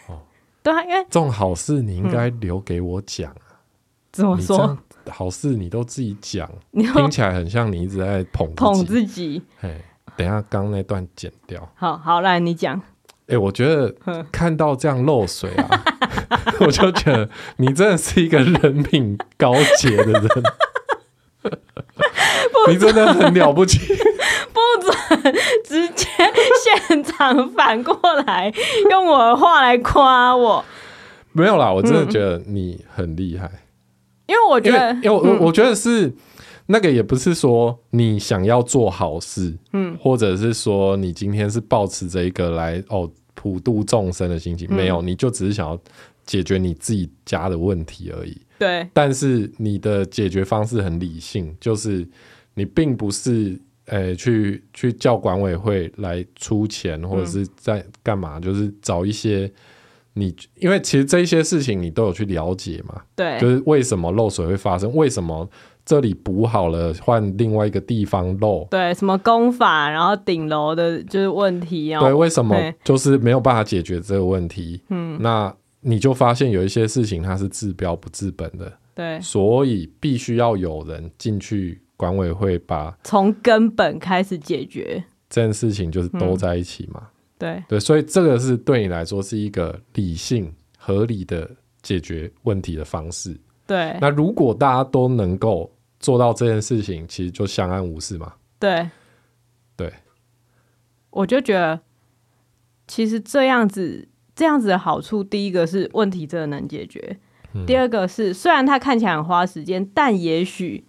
[SPEAKER 2] 哦
[SPEAKER 1] (laughs) 对啊，因为
[SPEAKER 2] 这种好事你应该留给我讲，啊
[SPEAKER 1] 怎么
[SPEAKER 2] 你这
[SPEAKER 1] 嗯说，
[SPEAKER 2] 样好事你都自己讲，
[SPEAKER 1] (laughs) 你
[SPEAKER 2] 听
[SPEAKER 1] 要
[SPEAKER 2] 起来很像你一直在捧
[SPEAKER 1] 捧
[SPEAKER 2] 自
[SPEAKER 1] 自
[SPEAKER 2] 己，
[SPEAKER 1] 己。
[SPEAKER 2] 哎，等一下刚刚那段剪掉。
[SPEAKER 1] 好好，来你讲，
[SPEAKER 2] 哎、我觉得看到这样漏水啊， (laughs) 我就觉得你真的是一个人品高洁的人，你真的很了不起。 (laughs)
[SPEAKER 1] 直接现场反过来用我的话来夸我，
[SPEAKER 2] 没有啦，我真的觉得你很厉害，
[SPEAKER 1] 因为我觉
[SPEAKER 2] 因为
[SPEAKER 1] 得
[SPEAKER 2] 因为我、我觉得是那个也不是说你想要做好事，嗯，或者是说你今天是抱持着一个来哦普度众生的心情，没有，你就只是想要解决你自己家的问题而已。
[SPEAKER 1] 对
[SPEAKER 2] 但是你的解决方式很理性，就是你并不是呃去去叫管委会来出钱
[SPEAKER 1] 嗯
[SPEAKER 2] 或者是在干嘛，就是找一些你，因为其实这一些事情你都有去了解嘛，就
[SPEAKER 1] 对
[SPEAKER 2] 是为什么漏水会发生，为什么这里补好了换另外一个地方漏。
[SPEAKER 1] 对，什么功法，然后顶楼的就是问题
[SPEAKER 2] 对，
[SPEAKER 1] 哦，
[SPEAKER 2] 为什么
[SPEAKER 1] 对
[SPEAKER 2] 就是没有办法解决这个问题？嗯，那你就发现有一些事情它是治标不治本的，
[SPEAKER 1] 对，
[SPEAKER 2] 所以必须要有人进去管委会把
[SPEAKER 1] 从根本开始解决，
[SPEAKER 2] 这件事情就是兜在一起嘛。
[SPEAKER 1] 对
[SPEAKER 2] 对，所以这个是对你来说是一个理性合理的解决问题的方式。
[SPEAKER 1] 对
[SPEAKER 2] 那如果大家都能够做到这件事情，其实就相安无事嘛。
[SPEAKER 1] 对，
[SPEAKER 2] 对，
[SPEAKER 1] 我就觉得其实这样子这样子的好处，第一个是问题真的能解决，
[SPEAKER 2] 嗯
[SPEAKER 1] 第二个是虽然它看起来很花时间，但也许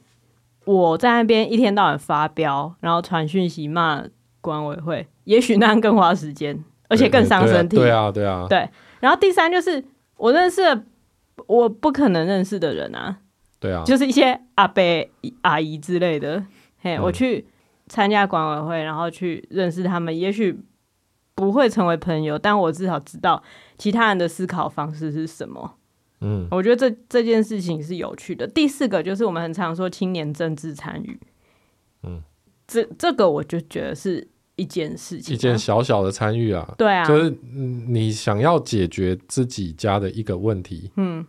[SPEAKER 1] 我在那边一天到晚发飙，然后传讯息骂管委会，也许那样更花时间，而且更伤身体。
[SPEAKER 2] 对啊，对啊，对啊
[SPEAKER 1] 对然后第三就是我认识了我不可能认识的人啊，
[SPEAKER 2] 对啊，
[SPEAKER 1] 就是一些阿伯、阿姨之类的。嘿，
[SPEAKER 2] 嗯
[SPEAKER 1] 我去参加管委会，然后去认识他们，也许不会成为朋友，但我至少知道其他人的思考方式是什么。
[SPEAKER 2] 嗯，
[SPEAKER 1] 我觉得这这件事情是有趣的。第四个就是我们很常说青年政治参与，
[SPEAKER 2] 嗯，
[SPEAKER 1] 这这个我就觉得是一件事情啊、
[SPEAKER 2] 一件小小的参与啊，
[SPEAKER 1] 对啊，
[SPEAKER 2] 就是嗯你想要解决自己家的一个问题，嗯，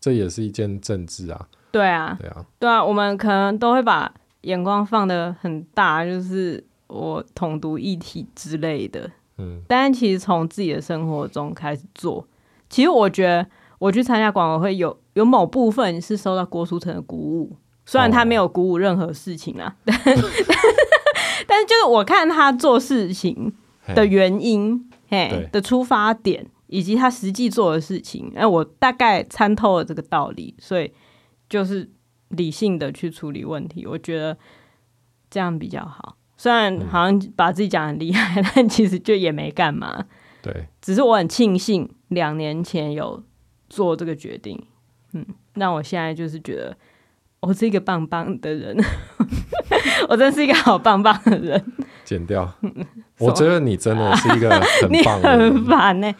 [SPEAKER 2] 这也是一件政治啊，
[SPEAKER 1] 对啊，
[SPEAKER 2] 对啊，
[SPEAKER 1] 对啊，我们可能都会把眼光放得很大，就是我统独一体之类的。
[SPEAKER 2] 嗯，
[SPEAKER 1] 但其实从自己的生活中开始做，其实我觉得我去参加管委会有有某部分是受到郭书成的鼓舞，虽然他没有 (laughs) 鼓舞任何事情啊，但但是就是我看他做事情，的原因，嘿
[SPEAKER 2] 对
[SPEAKER 1] 的出发点，以及他实际做的事情，哎，我大概参透了这个道理，所以就是理性的去处理问题，我觉得这样比较好。虽然好像把自己讲得很厉害， (laughs) 但其实就也没干嘛，
[SPEAKER 2] 对，
[SPEAKER 1] 只是我很庆幸两年前有做这个决定，嗯，让我现在就是觉得我是一个棒棒的人， (laughs) 我真是一个好棒棒的人。
[SPEAKER 2] 剪掉。我觉得你真的是一个很
[SPEAKER 1] 你
[SPEAKER 2] 棒的
[SPEAKER 1] 很
[SPEAKER 2] 人。
[SPEAKER 1] 烦呢、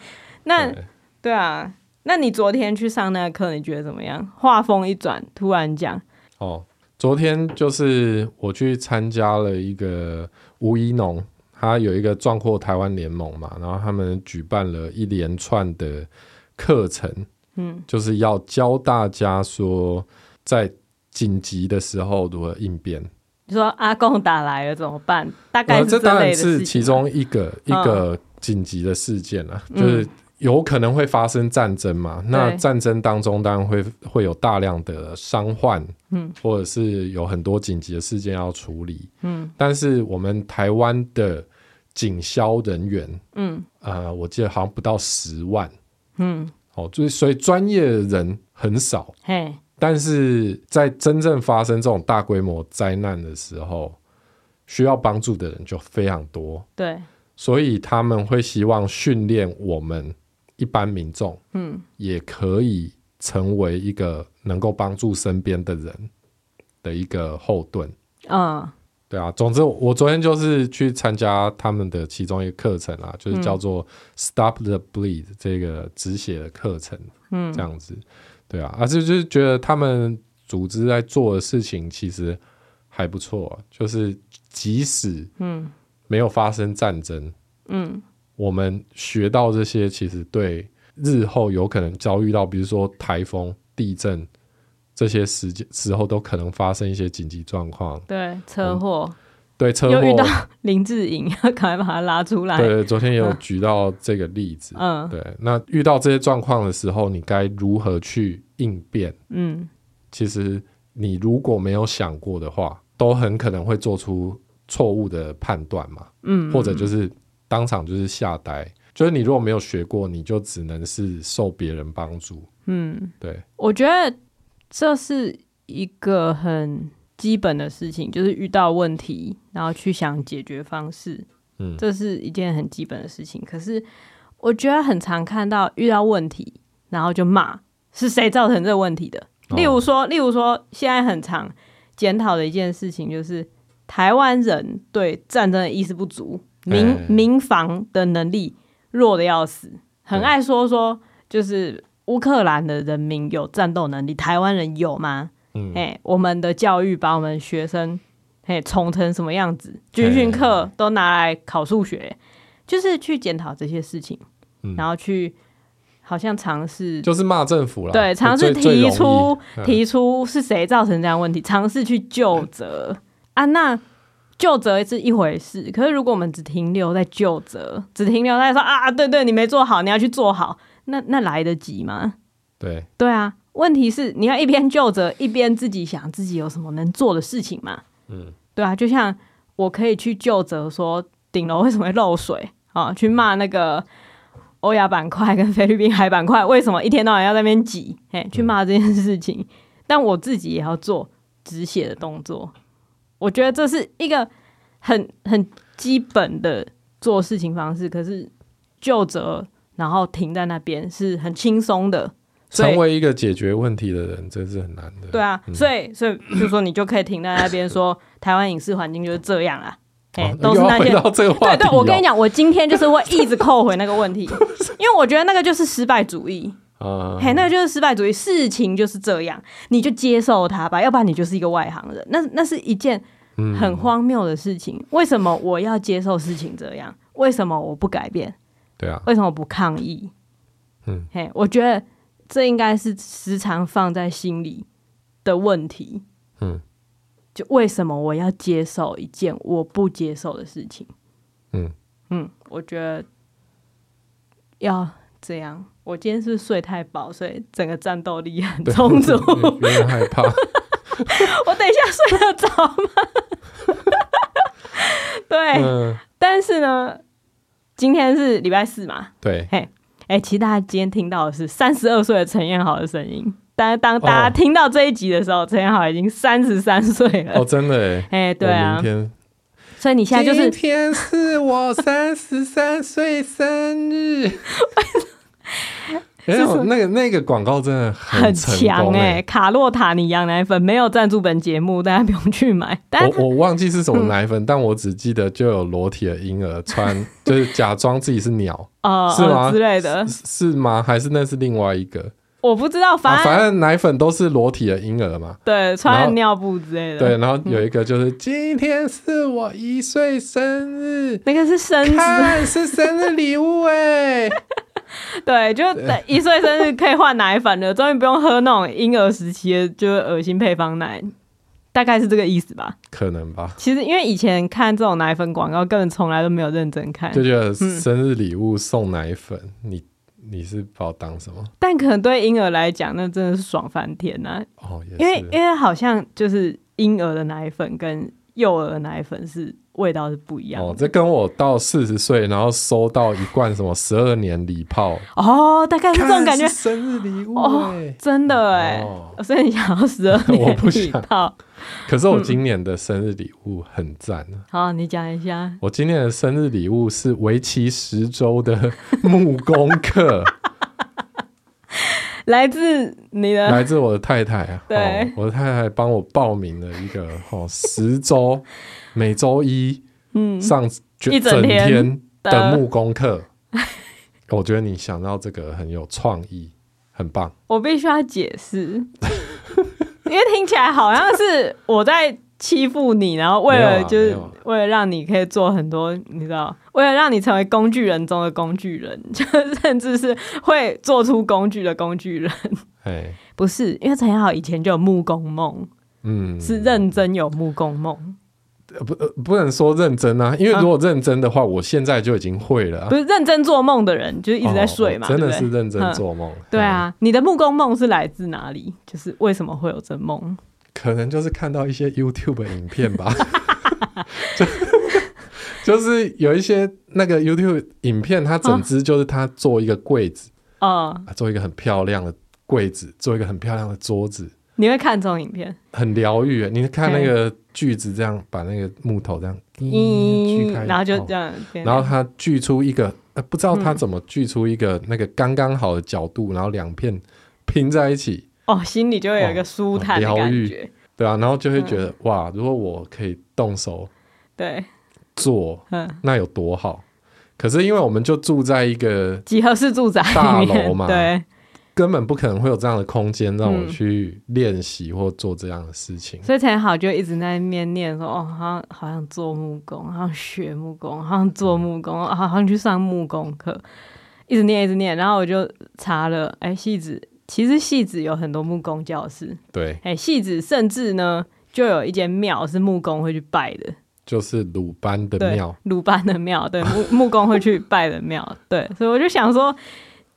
[SPEAKER 1] 那
[SPEAKER 2] 对
[SPEAKER 1] 对啊，那你昨天去上那个课，你觉得怎么样？话锋一转，突然讲，
[SPEAKER 2] 哦，昨天就是我去参加了一个吴一农，他有一个壮阔台湾联盟嘛，然后他们举办了一连串的课程，嗯，就是要教大家说在紧急的时候如何应变。
[SPEAKER 1] 你说阿贡打来了怎么办？大概
[SPEAKER 2] 呃，
[SPEAKER 1] 是
[SPEAKER 2] 这当
[SPEAKER 1] 类
[SPEAKER 2] 然
[SPEAKER 1] 的事情
[SPEAKER 2] 是
[SPEAKER 1] 啊嗯
[SPEAKER 2] 其中一个一个紧急的事件啊，就是有可能会发生战争嘛。那
[SPEAKER 1] 对
[SPEAKER 2] 战争当中当然会会有大量的伤患，嗯，或者是有很多紧急的事件要处理，嗯。但是我们台湾的警消人员，
[SPEAKER 1] 嗯，
[SPEAKER 2] 呃，我记得好像不到十万，嗯，哦，就是所以专业的人很少，
[SPEAKER 1] 嘿，
[SPEAKER 2] 但是在真正发生这种大规模灾难的时候，需要帮助的人就非常多，
[SPEAKER 1] 对，
[SPEAKER 2] 所以他们会希望训练我们一般民众，
[SPEAKER 1] 嗯，
[SPEAKER 2] 也可以成为一个能够帮助身边的人的一个后盾。
[SPEAKER 1] 嗯
[SPEAKER 2] 对啊，总之我昨天就是去参加他们的其中一个课程啊，就是叫做 “Stop the Bleed” 这个止血的课程，嗯，这样子，对啊，啊，就就是觉得他们组织在做的事情其实还不错啊、就是即使
[SPEAKER 1] 嗯
[SPEAKER 2] 没有发生战争，
[SPEAKER 1] 嗯，
[SPEAKER 2] 我们学到这些，其实对日后有可能遭遇到，比如说台风、地震这些时间时候，都可能发生一些紧急状况，
[SPEAKER 1] 对，车
[SPEAKER 2] 嗯
[SPEAKER 1] 祸、
[SPEAKER 2] 对车
[SPEAKER 1] 又
[SPEAKER 2] 祸
[SPEAKER 1] 遇到林志颖， (laughs) 要赶快把他拉出来。
[SPEAKER 2] 对，昨天也有举到这个例子。
[SPEAKER 1] 嗯
[SPEAKER 2] 对，那遇到这些状况的时候，你该如何去应变？
[SPEAKER 1] 嗯，
[SPEAKER 2] 其实你如果没有想过的话，都很可能会做出错误的判断嘛。
[SPEAKER 1] 嗯，
[SPEAKER 2] 或者就是当场就是吓呆。就是你如果没有学过，你就只能是受别人帮助。嗯，对，
[SPEAKER 1] 我觉得这是一个很基本的事情，就是遇到问题，然后去想解决方式。
[SPEAKER 2] 嗯
[SPEAKER 1] 这是一件很基本的事情。可是我觉得很常看到遇到问题，然后就骂是谁造成这个问题的。
[SPEAKER 2] 哦
[SPEAKER 1] 例如说，例如说，现在很常检讨的一件事情就是台湾人对战争的意识不足，民、
[SPEAKER 2] 哎
[SPEAKER 1] 民防的能力弱的要死，很
[SPEAKER 2] 对
[SPEAKER 1] 爱说说就是乌克兰的人民有战斗能力，台湾人有吗？
[SPEAKER 2] 嗯
[SPEAKER 1] 哎、我们的教育把我们学生哎宠成什么样子？军训课都拿来考数学，就是去检讨这些事情，
[SPEAKER 2] 嗯
[SPEAKER 1] 然后去好像尝试
[SPEAKER 2] 就是骂政府啦。
[SPEAKER 1] 对尝试
[SPEAKER 2] 最最
[SPEAKER 1] 提
[SPEAKER 2] 容易
[SPEAKER 1] 出
[SPEAKER 2] 嗯
[SPEAKER 1] 提出是谁造成这样的问题，尝试去就责啊。那就责是一回事，可是如果我们只停留在就责，只停留在说啊，对对，你没做好，你要去做好，那那来得及吗？
[SPEAKER 2] 对
[SPEAKER 1] 对啊，问题是你要一边就责，一边自己想自己有什么能做的事情嘛。
[SPEAKER 2] 嗯，
[SPEAKER 1] 对啊，就像我可以去就责说顶楼为什么会漏水啊，去骂那个欧亚板块跟菲律宾海板块为什么一天到晚要在那边挤，嘿，去骂这件事情。但我自己也要做止血的动作，我觉得这是一个很很基本的做事情方式。可是就责然后停在那边是很轻松的。所以
[SPEAKER 2] 成为一个解决问题的人，真是很难的。
[SPEAKER 1] 对啊，所以所以就说你就可以停在那边说台湾影视环境就是这样啊，哎、
[SPEAKER 2] 哦，
[SPEAKER 1] 都是
[SPEAKER 2] 又
[SPEAKER 1] 那
[SPEAKER 2] 要
[SPEAKER 1] 些
[SPEAKER 2] 回。到这个话
[SPEAKER 1] 对
[SPEAKER 2] 题哦。
[SPEAKER 1] 对，我跟你讲，我今天就是会一直扣回那个问题，因为我觉得那个就是失败主义，
[SPEAKER 2] 啊，
[SPEAKER 1] 嘿，那个就是失败主义，事情就是这样，你就接受它吧，要不然你就是一个外行人，那那是一件
[SPEAKER 2] 嗯
[SPEAKER 1] 很荒谬的事情。为什么我要接受事情这样？为什么我不改变？
[SPEAKER 2] 对啊，
[SPEAKER 1] 为什么不抗议？
[SPEAKER 2] 嗯，
[SPEAKER 1] 嘿，我觉得这应该是时常放在心里的问题。
[SPEAKER 2] 嗯，
[SPEAKER 1] 就为什么我要接受一件我不接受的事情？ (laughs)
[SPEAKER 2] 嗯
[SPEAKER 1] 嗯，我觉得要这样。我今天是不是睡太饱，所以整个战斗力很充
[SPEAKER 2] (laughs)
[SPEAKER 1] 足。我 (laughs)
[SPEAKER 2] 有点害怕。
[SPEAKER 1] 等一下睡得 (laughs) 着吗？对，
[SPEAKER 2] 嗯，
[SPEAKER 1] 但是呢，今天是礼拜四嘛，
[SPEAKER 2] 对，
[SPEAKER 1] 哎、其实大家今天听到的是三十二岁的陈彦豪的声音，但当大家
[SPEAKER 2] 哦
[SPEAKER 1] 听到这一集的时候，陈彦豪已经三十三岁了
[SPEAKER 2] 哦，。真的哎，
[SPEAKER 1] 哎、对
[SPEAKER 2] 我
[SPEAKER 1] 啊
[SPEAKER 2] 明，天
[SPEAKER 1] 所以你现在就是
[SPEAKER 2] 今天是我三十三岁生
[SPEAKER 1] (laughs)
[SPEAKER 2] 日。哎、我那个那个广告真的
[SPEAKER 1] 很
[SPEAKER 2] 成
[SPEAKER 1] 强
[SPEAKER 2] 功欸
[SPEAKER 1] 哎、卡洛塔尼羊奶粉没有赞助本节目，大家不用去买。但嗯
[SPEAKER 2] 我我忘记是什么奶粉，但我只记得就有裸体的婴儿
[SPEAKER 1] (laughs)
[SPEAKER 2] 穿，就是假装自己是鸟，
[SPEAKER 1] 呃
[SPEAKER 2] 是吗
[SPEAKER 1] 呃之类的，
[SPEAKER 2] 是吗？还是那是另外一个？
[SPEAKER 1] 我不知道，
[SPEAKER 2] 啊，
[SPEAKER 1] 反正、
[SPEAKER 2] 反正奶粉都是裸体的婴儿嘛。
[SPEAKER 1] 对
[SPEAKER 2] 然
[SPEAKER 1] 穿
[SPEAKER 2] 后
[SPEAKER 1] 尿布之类的，
[SPEAKER 2] 对，，然后有一个就是、今天是我一岁生日，
[SPEAKER 1] 那个是生日，
[SPEAKER 2] 看是生日礼物
[SPEAKER 1] (laughs)
[SPEAKER 2] 哎、
[SPEAKER 1] 对，就是一岁生日可以换奶粉了，终于不用喝那种婴儿时期的就是恶心配方奶，大概是这个意思吧。
[SPEAKER 2] 可能吧。
[SPEAKER 1] 其实因为以前看这种奶粉广告，根本从来都没有认真看，
[SPEAKER 2] 就觉得生日礼物送奶粉，你你是把我当什么？
[SPEAKER 1] 但可能对婴儿来讲，那真的是爽翻天啊呐、
[SPEAKER 2] 哦，也是，
[SPEAKER 1] 因为因为好像就是婴儿的奶粉跟幼儿的奶粉是味道是不一样
[SPEAKER 2] 哦，
[SPEAKER 1] 的
[SPEAKER 2] 这跟我到四十岁，然后收到一罐什么十二年礼炮，
[SPEAKER 1] 哦大概是 (laughs) 这种感觉
[SPEAKER 2] 看，是生日礼物
[SPEAKER 1] 哦
[SPEAKER 2] 哎、
[SPEAKER 1] 真的哎、
[SPEAKER 2] 哦
[SPEAKER 1] 所以你想要十二
[SPEAKER 2] (laughs) 我
[SPEAKER 1] 年
[SPEAKER 2] 不
[SPEAKER 1] 礼
[SPEAKER 2] 想
[SPEAKER 1] 炮？
[SPEAKER 2] 可是我今年的生日礼物很赞啊！
[SPEAKER 1] 好，你讲一下。
[SPEAKER 2] 我今年的生日礼物是为期十周的木工
[SPEAKER 1] (laughs)
[SPEAKER 2] 课，
[SPEAKER 1] 来自你 (laughs) 的
[SPEAKER 2] 来自我的太太啊。
[SPEAKER 1] 对
[SPEAKER 2] 哦我的太太帮我报名了一个哦，十
[SPEAKER 1] (laughs)
[SPEAKER 2] 周，每周一，嗯，上
[SPEAKER 1] 一整天
[SPEAKER 2] 天
[SPEAKER 1] 的
[SPEAKER 2] 的木工课。 (laughs) 我觉得你想到这个很有创意，很棒。
[SPEAKER 1] 我必须要解释， (laughs) 因为听起来好像是我在欺负你，然后为
[SPEAKER 2] 没
[SPEAKER 1] 了
[SPEAKER 2] 有啊
[SPEAKER 1] 就是、
[SPEAKER 2] 没有啊
[SPEAKER 1] 为了让你可以做很多，你知道，为了让你成为工具人中的工具人， (laughs) 就甚至是会做出工具的工具人。
[SPEAKER 2] 哎，
[SPEAKER 1] 不是，因为陈彦豪以前就有木工梦，
[SPEAKER 2] 嗯，
[SPEAKER 1] 是认真有木工梦，
[SPEAKER 2] 呃不呃不能说认真啊，因为如果认真的话，我现在就已经会了啊
[SPEAKER 1] 不。是认真做梦的人，就是一直在睡嘛，
[SPEAKER 2] 哦真的
[SPEAKER 1] 对不
[SPEAKER 2] 是
[SPEAKER 1] 对
[SPEAKER 2] 认真做梦。哎
[SPEAKER 1] 对啊，你的木工梦是来自哪里？就是为什么会有这梦？
[SPEAKER 2] 嗯，可能就是看到一些 YouTube 影片吧， (laughs) 就就是有一些那个 YouTube 影片，它整支就是它做一个柜子，
[SPEAKER 1] 哦，
[SPEAKER 2] 啊做一个很漂亮的柜子，做一个很漂亮的桌子，
[SPEAKER 1] 你会看这种影片？
[SPEAKER 2] 很疗愈。你看
[SPEAKER 1] 对
[SPEAKER 2] 那个锯子这样把那个木头这样锯
[SPEAKER 1] 咦
[SPEAKER 2] 开，，
[SPEAKER 1] 嗯然后就
[SPEAKER 2] 嗯哦
[SPEAKER 1] 这样，嗯变
[SPEAKER 2] 然后他锯出一个，呃，不知道他怎么锯出一个那个刚刚好的角度，然后两片拼在一起，
[SPEAKER 1] 哦，心里就会有一个
[SPEAKER 2] 哦
[SPEAKER 1] 舒坦的
[SPEAKER 2] 疗
[SPEAKER 1] 感
[SPEAKER 2] 愈
[SPEAKER 1] 觉。
[SPEAKER 2] 对啊，然后就会觉
[SPEAKER 1] 嗯
[SPEAKER 2] 得、哇，如果我可以动手
[SPEAKER 1] 对，
[SPEAKER 2] 做，
[SPEAKER 1] 嗯，
[SPEAKER 2] 那有多好。可是因为我们就住在一个
[SPEAKER 1] 几何式住宅
[SPEAKER 2] 大
[SPEAKER 1] 里
[SPEAKER 2] 楼
[SPEAKER 1] 面，
[SPEAKER 2] 嘛
[SPEAKER 1] 对，
[SPEAKER 2] 根本不可能会有这样的空间让
[SPEAKER 1] 嗯
[SPEAKER 2] 我去练习或做这样的事情，
[SPEAKER 1] 所以陈彦豪就一直在那边念说，哦，好像好像做木工，好像学木工，好像做木工，好好像去上木工课，一直念一直念。然后我就查了，哎，戏子其实戏子有很多木工教室，
[SPEAKER 2] 对，
[SPEAKER 1] 哎，戏子甚至呢就有一间庙是木工会去拜的，
[SPEAKER 2] 就是鲁班的
[SPEAKER 1] 对
[SPEAKER 2] 庙，，
[SPEAKER 1] 鲁班的庙，对，木木工会去拜的庙，对，所以我就想说，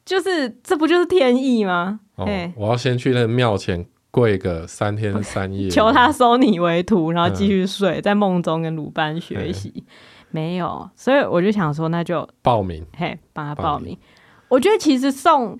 [SPEAKER 1] 就是这不就是天意吗？
[SPEAKER 2] 哦
[SPEAKER 1] 哎，
[SPEAKER 2] 我要先去那个庙前跪个三天三夜，
[SPEAKER 1] 哦求他收你为徒，然后继续睡，在梦中跟鲁班学习。没有，所以我就想说，那就
[SPEAKER 2] 报名，
[SPEAKER 1] 嘿帮他报
[SPEAKER 2] 报名
[SPEAKER 1] 名。我觉得其实送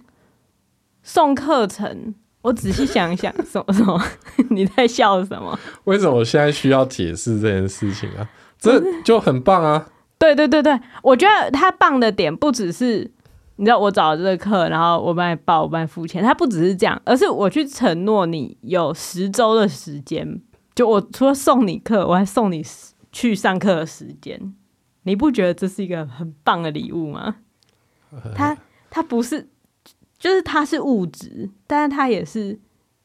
[SPEAKER 1] 送课程，我仔细想一想，什么什么， (laughs) 你在笑什么？
[SPEAKER 2] 为什么现在需要解释这件事情啊？这就很棒啊！
[SPEAKER 1] 对对对对，我觉得他棒的点不只是你知道我找了这个课，然后我帮你报，我帮你付钱，他不只是这样，而是我去承诺你有十周的时间，就我除了送你课，我还送你时去上课的时间，你不觉得这是一个很棒的礼物吗？他他不是，就是他是物质，但是他也是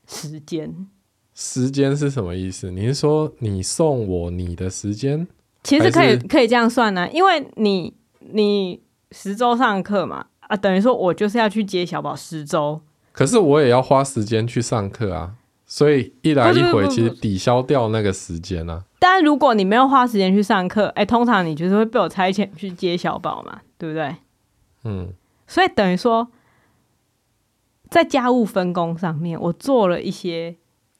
[SPEAKER 1] 时间。
[SPEAKER 2] 时间是什么意思？你是说你送我你的时间？
[SPEAKER 1] 其实可以
[SPEAKER 2] 还是
[SPEAKER 1] 可以这样算呢、啊因为你你十周上课嘛，啊，等于说我就是要去接小宝十周，
[SPEAKER 2] 可是我也要花时间去上课啊，所以一来一
[SPEAKER 1] 不是不是
[SPEAKER 2] 回
[SPEAKER 1] 不是
[SPEAKER 2] 其实抵消掉那个时间啊。
[SPEAKER 1] 但如果你没有花时间去上课，哎、通常你就是会被我差遣去接小宝嘛，对不对？
[SPEAKER 2] 嗯，
[SPEAKER 1] 所以等于说，在家务分工上面，我做了一些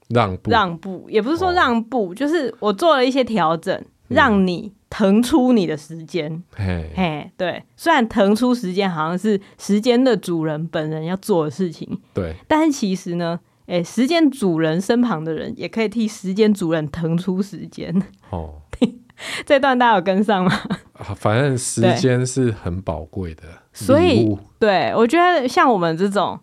[SPEAKER 2] 让步，
[SPEAKER 1] 让步，也不是说
[SPEAKER 2] 哦嗯
[SPEAKER 1] 让步，就是我做了一些调整，让你腾出你的时间。
[SPEAKER 2] 嘿，
[SPEAKER 1] 嘿，对，虽然腾出时间好像是时间的主人本人要做的事情，
[SPEAKER 2] 对，
[SPEAKER 1] 但是其实呢，诶，时间主人身旁的人也可以替时间主人腾出时间。 (laughs)
[SPEAKER 2] 哦，
[SPEAKER 1] 这段大家有跟上吗？
[SPEAKER 2] 啊反正时
[SPEAKER 1] 对
[SPEAKER 2] 间是很宝贵的
[SPEAKER 1] 所
[SPEAKER 2] 礼
[SPEAKER 1] 以
[SPEAKER 2] 物，
[SPEAKER 1] 对我觉得像我们这种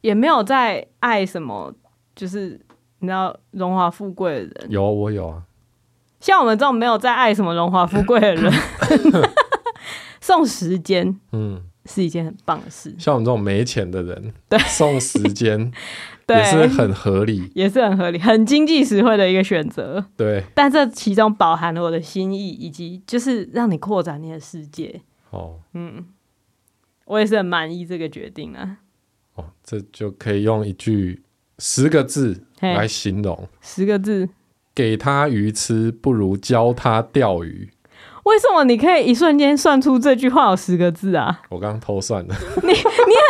[SPEAKER 1] 也没有在爱什么，就是你知道荣华富贵的人，
[SPEAKER 2] 有我有啊，
[SPEAKER 1] 像我们这种没有在爱什么荣华富贵的人， (laughs) 送时间
[SPEAKER 2] 嗯，
[SPEAKER 1] 是一件很棒的事，
[SPEAKER 2] 像我们这种没钱的人，
[SPEAKER 1] 对
[SPEAKER 2] 送时间
[SPEAKER 1] (laughs) 对，
[SPEAKER 2] 也是很合理，
[SPEAKER 1] 也是很合理、很经济实惠的一个选择。
[SPEAKER 2] 对，
[SPEAKER 1] 但这其中饱含了我的心意，以及就是让你扩展你的世界。
[SPEAKER 2] 哦
[SPEAKER 1] 我也是很满意这个决定啊。
[SPEAKER 2] 哦，这就可以用一句十个字
[SPEAKER 1] 嘿
[SPEAKER 2] 来形容：
[SPEAKER 1] 十个字，
[SPEAKER 2] 给他鱼吃，不如教他钓鱼。
[SPEAKER 1] 为什么你可以一瞬间算出这句话有十个字啊？
[SPEAKER 2] 我刚刚偷算了，
[SPEAKER 1] 你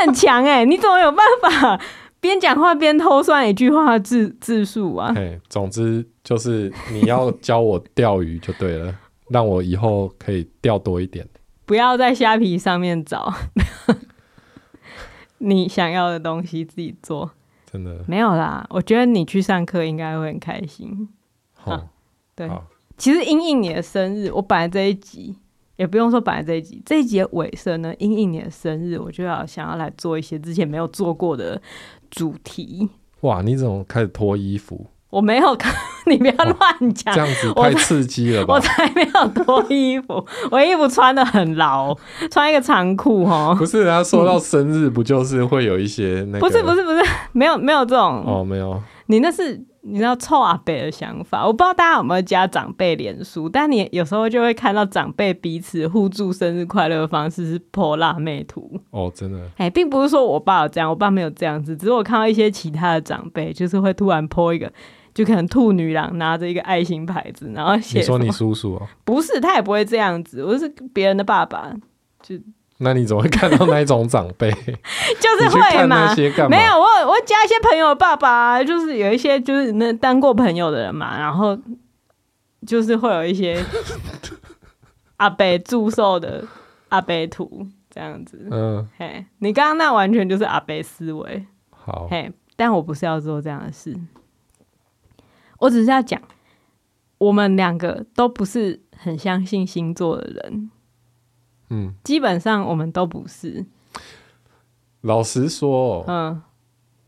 [SPEAKER 1] 很强哎、你怎么有办法边讲话边偷算一句话的字字数 (laughs) 啊？
[SPEAKER 2] 嘿，总之就是你要教我钓鱼就对了， (laughs) 让我以后可以钓多一点。
[SPEAKER 1] 不要在虾皮上面找你想要的东西，自己做。
[SPEAKER 2] 真的，
[SPEAKER 1] 没有啦，我觉得你去上课应该会很开心。
[SPEAKER 2] 好、
[SPEAKER 1] 啊对，
[SPEAKER 2] 好
[SPEAKER 1] 其实因应你的生日，我本来这一集也不用说本来这一集，这一集的尾声呢，因应你的生日，我就要想要来做一些之前没有做过的主题。
[SPEAKER 2] 哇，你怎么开始脱衣服？
[SPEAKER 1] 我没有看， (laughs) 你不要乱讲
[SPEAKER 2] 这，样子
[SPEAKER 1] 啊我
[SPEAKER 2] 太刺激了吧
[SPEAKER 1] 我？才没有脱衣服，我衣服穿的很牢，穿一个长裤哦。
[SPEAKER 2] 不是啊，说到生日，不就是会有一些那个？
[SPEAKER 1] 不是不
[SPEAKER 2] 是
[SPEAKER 1] 是不是，没有没有这种，
[SPEAKER 2] 哦，没有，
[SPEAKER 1] 你那是你知道臭阿伯的想法。我不知道大家有没有加长辈脸书，但你有时候就会看到长辈彼此互助生日快乐的方式是泼辣妹图。
[SPEAKER 2] 哦，真的，
[SPEAKER 1] 哎、并不是说我爸有这样，我爸没有这样子，只是我看到一些其他的长辈就是会突然泼一个。就可能兔女郎拿着一个爱心牌子，然后写
[SPEAKER 2] 你说
[SPEAKER 1] 什
[SPEAKER 2] 你
[SPEAKER 1] 么
[SPEAKER 2] 叔叔哦，
[SPEAKER 1] 不是，他也不会这样子。我是别人的爸爸， (laughs)
[SPEAKER 2] 那你怎么会看到那一种长辈？你
[SPEAKER 1] 就是
[SPEAKER 2] 去
[SPEAKER 1] 会
[SPEAKER 2] 看
[SPEAKER 1] 嘛
[SPEAKER 2] 那。些干嘛？
[SPEAKER 1] 没有，我有我加一些朋友的爸爸啊，就是有一些就是那当过朋友的人嘛，然后就是会有一
[SPEAKER 2] (laughs)
[SPEAKER 1] 些阿北祝寿的阿北图这样子。
[SPEAKER 2] 嗯，
[SPEAKER 1] 嘿，你刚刚那完全就是阿北思维。
[SPEAKER 2] 好，
[SPEAKER 1] 嘿，但我不是要做这样的事，我只是要讲，我们两个都不是很相信星座的人，
[SPEAKER 2] 嗯，
[SPEAKER 1] 基本上我们都不是。
[SPEAKER 2] 老实说，哦
[SPEAKER 1] 嗯，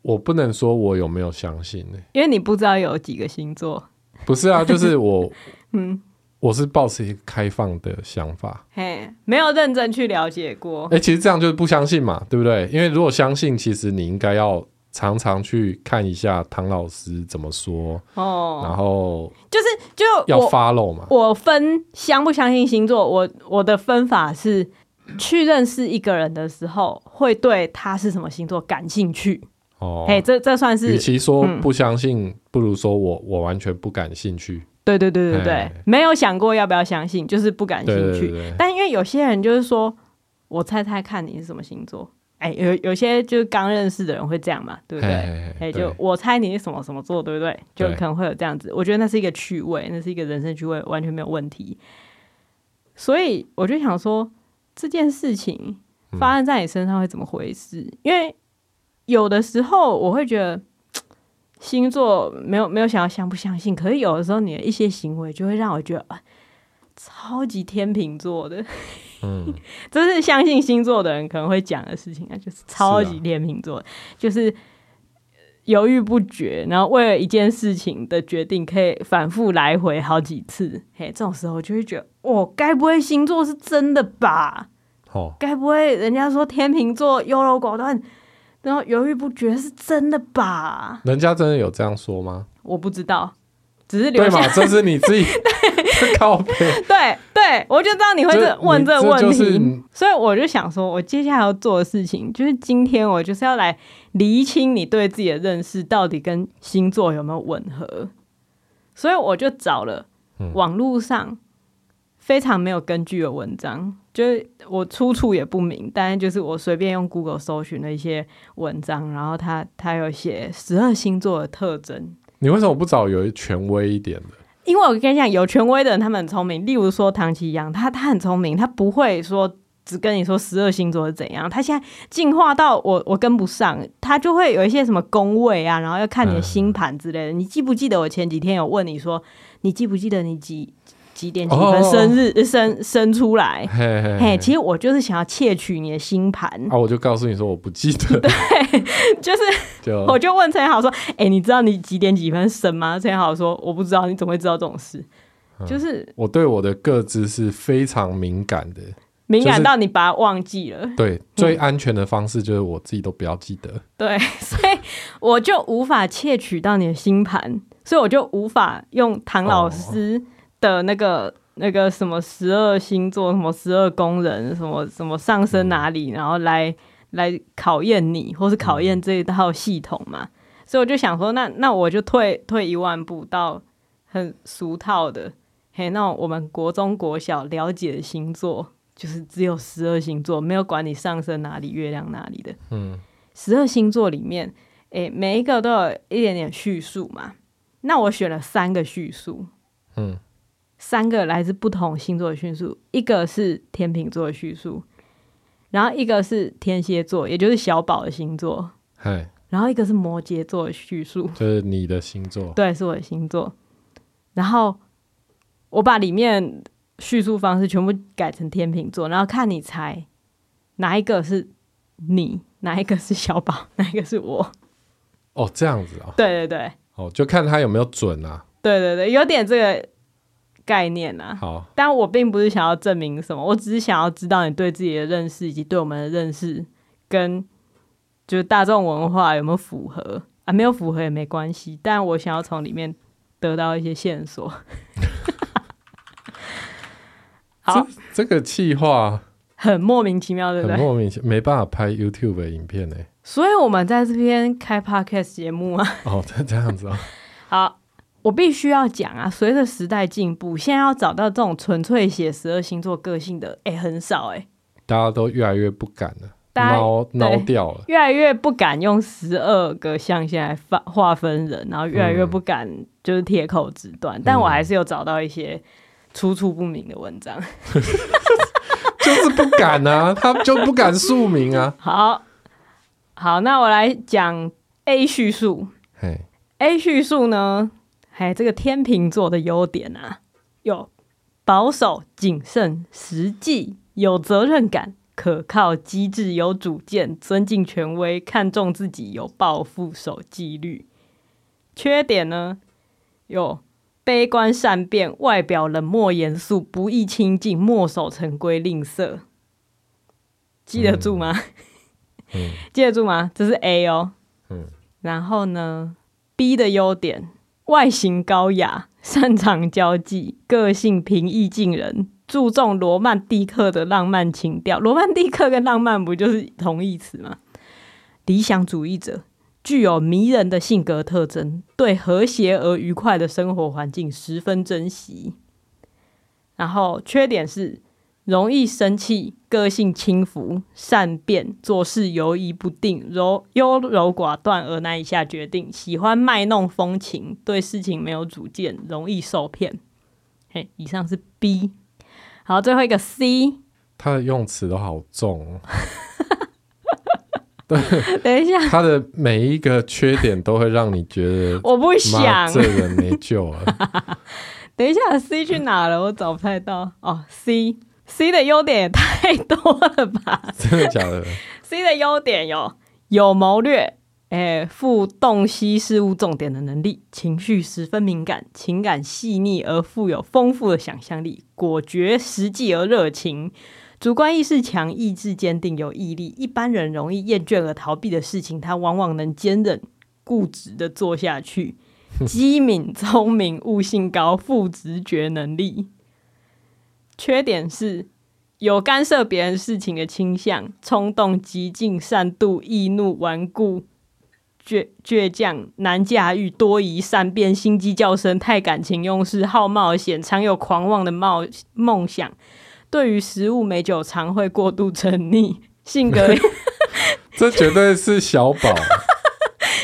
[SPEAKER 2] 我不能说我有没有相信呢、
[SPEAKER 1] 因为你不知道有几个星座。
[SPEAKER 2] 不是啊，就是我，
[SPEAKER 1] (laughs) 嗯，
[SPEAKER 2] 我是抱持一个开放的想法。
[SPEAKER 1] 嘿，没有认真去了解过。
[SPEAKER 2] 哎、其实这样就是不相信嘛，对不对？因为如果相信，其实你应该要常常去看一下唐老师怎么说，然
[SPEAKER 1] 哦，
[SPEAKER 2] 后
[SPEAKER 1] 就是就
[SPEAKER 2] 要
[SPEAKER 1] 我
[SPEAKER 2] follow 嘛。
[SPEAKER 1] 我分相不相信星座，我我的分法是去认识一个人的时候，会对他是什么星座感兴趣。
[SPEAKER 2] 哦，
[SPEAKER 1] 嘿，这这算
[SPEAKER 2] 与
[SPEAKER 1] 是
[SPEAKER 2] 其说
[SPEAKER 1] 嗯
[SPEAKER 2] 不相信，不如说我我完全不感兴趣。
[SPEAKER 1] 对对对对对
[SPEAKER 2] 嘿，
[SPEAKER 1] 没有想过要不要相信，就是不感
[SPEAKER 2] 对
[SPEAKER 1] 兴
[SPEAKER 2] 对对
[SPEAKER 1] 趣。
[SPEAKER 2] 对，
[SPEAKER 1] 但因为有些人就是说，我猜猜看你是什么星座。哎，有有些就是刚认识的人会这样嘛，对不对？
[SPEAKER 2] 嘿
[SPEAKER 1] 哎、
[SPEAKER 2] 嘿
[SPEAKER 1] 就
[SPEAKER 2] 对
[SPEAKER 1] 我猜你是什么什么座，对不对？就
[SPEAKER 2] 对
[SPEAKER 1] 可能会有这样子，我觉得那是一个趣味，那是一个人生趣味，完全没有问题。所以我就想说，这件事情
[SPEAKER 2] 嗯
[SPEAKER 1] 发生在你身上会怎么回事？因为有的时候我会觉得嗯星座没有没有想要相不相信，可是有的时候你的一些行为就会让我觉得，啊超级天秤座的，
[SPEAKER 2] 嗯，
[SPEAKER 1] (laughs) 这是相信星座的人可能会讲的事情啊，就是超级天秤座，就是犹豫不决，然后为了一件事情的决定可以反复来回好几次。嘿，这种时候就会觉得，哦，该不会星座是真的吧？
[SPEAKER 2] 哦，
[SPEAKER 1] 该不会人家说天秤座优柔寡断，然后犹豫不决是真的吧？
[SPEAKER 2] 人家真的有这样说吗？
[SPEAKER 1] 我不知道，只是留
[SPEAKER 2] 对
[SPEAKER 1] 下
[SPEAKER 2] 嘛，
[SPEAKER 1] (laughs)
[SPEAKER 2] 这是你自己 (laughs) 靠背。
[SPEAKER 1] 对对，我就知道你会这
[SPEAKER 2] 这
[SPEAKER 1] 问
[SPEAKER 2] 你
[SPEAKER 1] 这个
[SPEAKER 2] 这
[SPEAKER 1] 问题，
[SPEAKER 2] 就是
[SPEAKER 1] 所以我就想说，我接下来要做的事情就是今天我就是要来厘清你对自己的认识到底跟星座有没有吻合，所以我就找了
[SPEAKER 2] 嗯
[SPEAKER 1] 网络上非常没有根据的文章，就是我出处也不明，但是就是我随便用 Google 搜寻了一些文章，然后它它有写十二星座的特征，
[SPEAKER 2] 你为什么不找有一权威一点的？
[SPEAKER 1] 因为我跟你讲，有权威的人他们很聪明，例如说唐奇阳，他他很聪明，他不会说只跟你说十二星座是怎样，他现在进化到我我跟不上，他就会有一些什么宫位啊，然后要看你的星盘之类的。你记不记得我前几天有问你说，你记不记得你几几点几
[SPEAKER 2] 哦哦
[SPEAKER 1] 分
[SPEAKER 2] 哦哎
[SPEAKER 1] 生日、生生出来？
[SPEAKER 2] 嘿嘿
[SPEAKER 1] 嘿，
[SPEAKER 2] 嘿，
[SPEAKER 1] 其实我就是想要窃取你的星盘， (laughs)
[SPEAKER 2] 啊，我就告诉你说我不记得，
[SPEAKER 1] 就是
[SPEAKER 2] 就
[SPEAKER 1] 我就问陈豪说：“哎、你知道你几点几分生吗？”陈豪说：“我不知道，你怎么会知道这种事？”就是
[SPEAKER 2] 我对我的个知是非常敏感的，
[SPEAKER 1] 敏
[SPEAKER 2] 就
[SPEAKER 1] 感
[SPEAKER 2] 是
[SPEAKER 1] 到你把它忘记了，
[SPEAKER 2] 对，最安全的方式就是我自己都不要记得。
[SPEAKER 1] 对， (laughs) 所以我就无法窃取到你的星盘，所以我就无法用唐老师的那个、那个什么十二星座、什么十二宫人、什么什么上升哪里，然后来来考验你，或是考验这一套系统嘛。所以我就想说，那那我就退退一万步到很俗套的，嘿，那我们国中国小了解的星座。就是只有十二星座，没有管你上升哪里、月亮哪里的。十二星座里面，诶，每一个都有一点点叙述嘛。那我选了三个叙述，
[SPEAKER 2] 嗯，
[SPEAKER 1] 三个来自不同星座的叙述，一个是天秤座的叙述，然后一个是天蝎座，也就是小宝的星座，
[SPEAKER 2] 嘿，
[SPEAKER 1] 然后一个是摩羯座的叙述，
[SPEAKER 2] 就是你的星座，
[SPEAKER 1] 对，是我的星座。然后我把里面叙述方式全部改成天秤座，然后看你猜哪一个是你，哪一个是小宝，哪一个是我。
[SPEAKER 2] 哦，这样子哦，
[SPEAKER 1] 对对对。
[SPEAKER 2] 哦，就看他有没有准啊。
[SPEAKER 1] 对对对，有点这个概念啊。
[SPEAKER 2] 好，
[SPEAKER 1] 但我并不是想要证明什么，我只是想要知道你对自己的认识以及对我们的认识跟就是大众文化有没有符合啊？没有符合也没关系，但我想要从里面得到一些线索。 (laughs) 好，
[SPEAKER 2] 这个气话
[SPEAKER 1] 很莫名其妙，对不
[SPEAKER 2] 很
[SPEAKER 1] 对？
[SPEAKER 2] 莫名其妙，没办法拍 YouTube 的影片呢。
[SPEAKER 1] 所以我们在这边开 podcast 节目啊， (laughs)
[SPEAKER 2] 哦，这这样子哦，
[SPEAKER 1] 好，我必须要讲啊，随着时代进步，现在要找到这种纯粹写十二星座个性的，哎、很少哎、
[SPEAKER 2] 大家都越来越不敢了，
[SPEAKER 1] 大家
[SPEAKER 2] 挠
[SPEAKER 1] 对
[SPEAKER 2] 挠掉了。
[SPEAKER 1] 越来越不敢用十二个象限来划划分人，然后越来越不敢就是铁口直断。但我还是有找到一些出处不明的文章。
[SPEAKER 2] 就是不敢啊，他就不敢署名啊。
[SPEAKER 1] (laughs) 好好，那我来讲 A 叙述。
[SPEAKER 2] 嘿，
[SPEAKER 1] A 叙述呢，还这个天秤座的优点啊，有保守、谨慎、实际、有责任感、可靠、机智、有主见、尊敬权威、看重自己、有抱负、守纪律。缺点呢，有悲观、善变、外表冷漠、严肃、不易亲近、墨守成规、吝啬。记得住吗？ (laughs) 记得住吗？这是 A 哦。
[SPEAKER 2] 嗯
[SPEAKER 1] 然后呢，B 的优点，外形高雅， (laughs) 擅长交际，个性平易近人，注重罗曼蒂克的浪漫情调。罗曼蒂克跟浪漫不就是同义词吗？理想主义者，具有迷人的性格特征，对和谐而愉快的生活环境十分珍惜。然后缺点是容易生气，个性轻浮，善变，做事犹疑不定，柔优柔寡断而难以下决定，喜欢卖弄风情，对事情没有主见，容易受骗。嘿，以上是 B。好，最后一个 C。
[SPEAKER 2] 他的用词都好重、哦，
[SPEAKER 1] 等一 (laughs) 下，
[SPEAKER 2] 他的每一个缺点都会让你觉得
[SPEAKER 1] 我不
[SPEAKER 2] 妈
[SPEAKER 1] 想。
[SPEAKER 2] 这人没救啊
[SPEAKER 1] (laughs)
[SPEAKER 2] 了。
[SPEAKER 1] 等一下，C 去哪了？我找不太到。哦，C。C 的优点也太多了吧
[SPEAKER 2] 真的假的？
[SPEAKER 1] ？C 的优点有有谋略，哎，富洞悉事物重点的能力，情绪十分敏感，情感细腻而富有丰富的想象力，果决实际而热情，主观意识强，意志坚定，有毅力。一般人容易厌倦而逃避的事情，他往往能坚忍固执的做下去。机敏、聪明、悟性高、富直觉能力。缺点是有干涉别人事情的倾向，冲动、激进、善妒、易怒、顽固、倔倔强、难驾驭、多疑、善变、心机较深、太感情用事、好冒险，常有狂妄的冒梦想。对于食物美酒常会过度沉溺，性格
[SPEAKER 2] 这绝对是小宝，
[SPEAKER 1] 性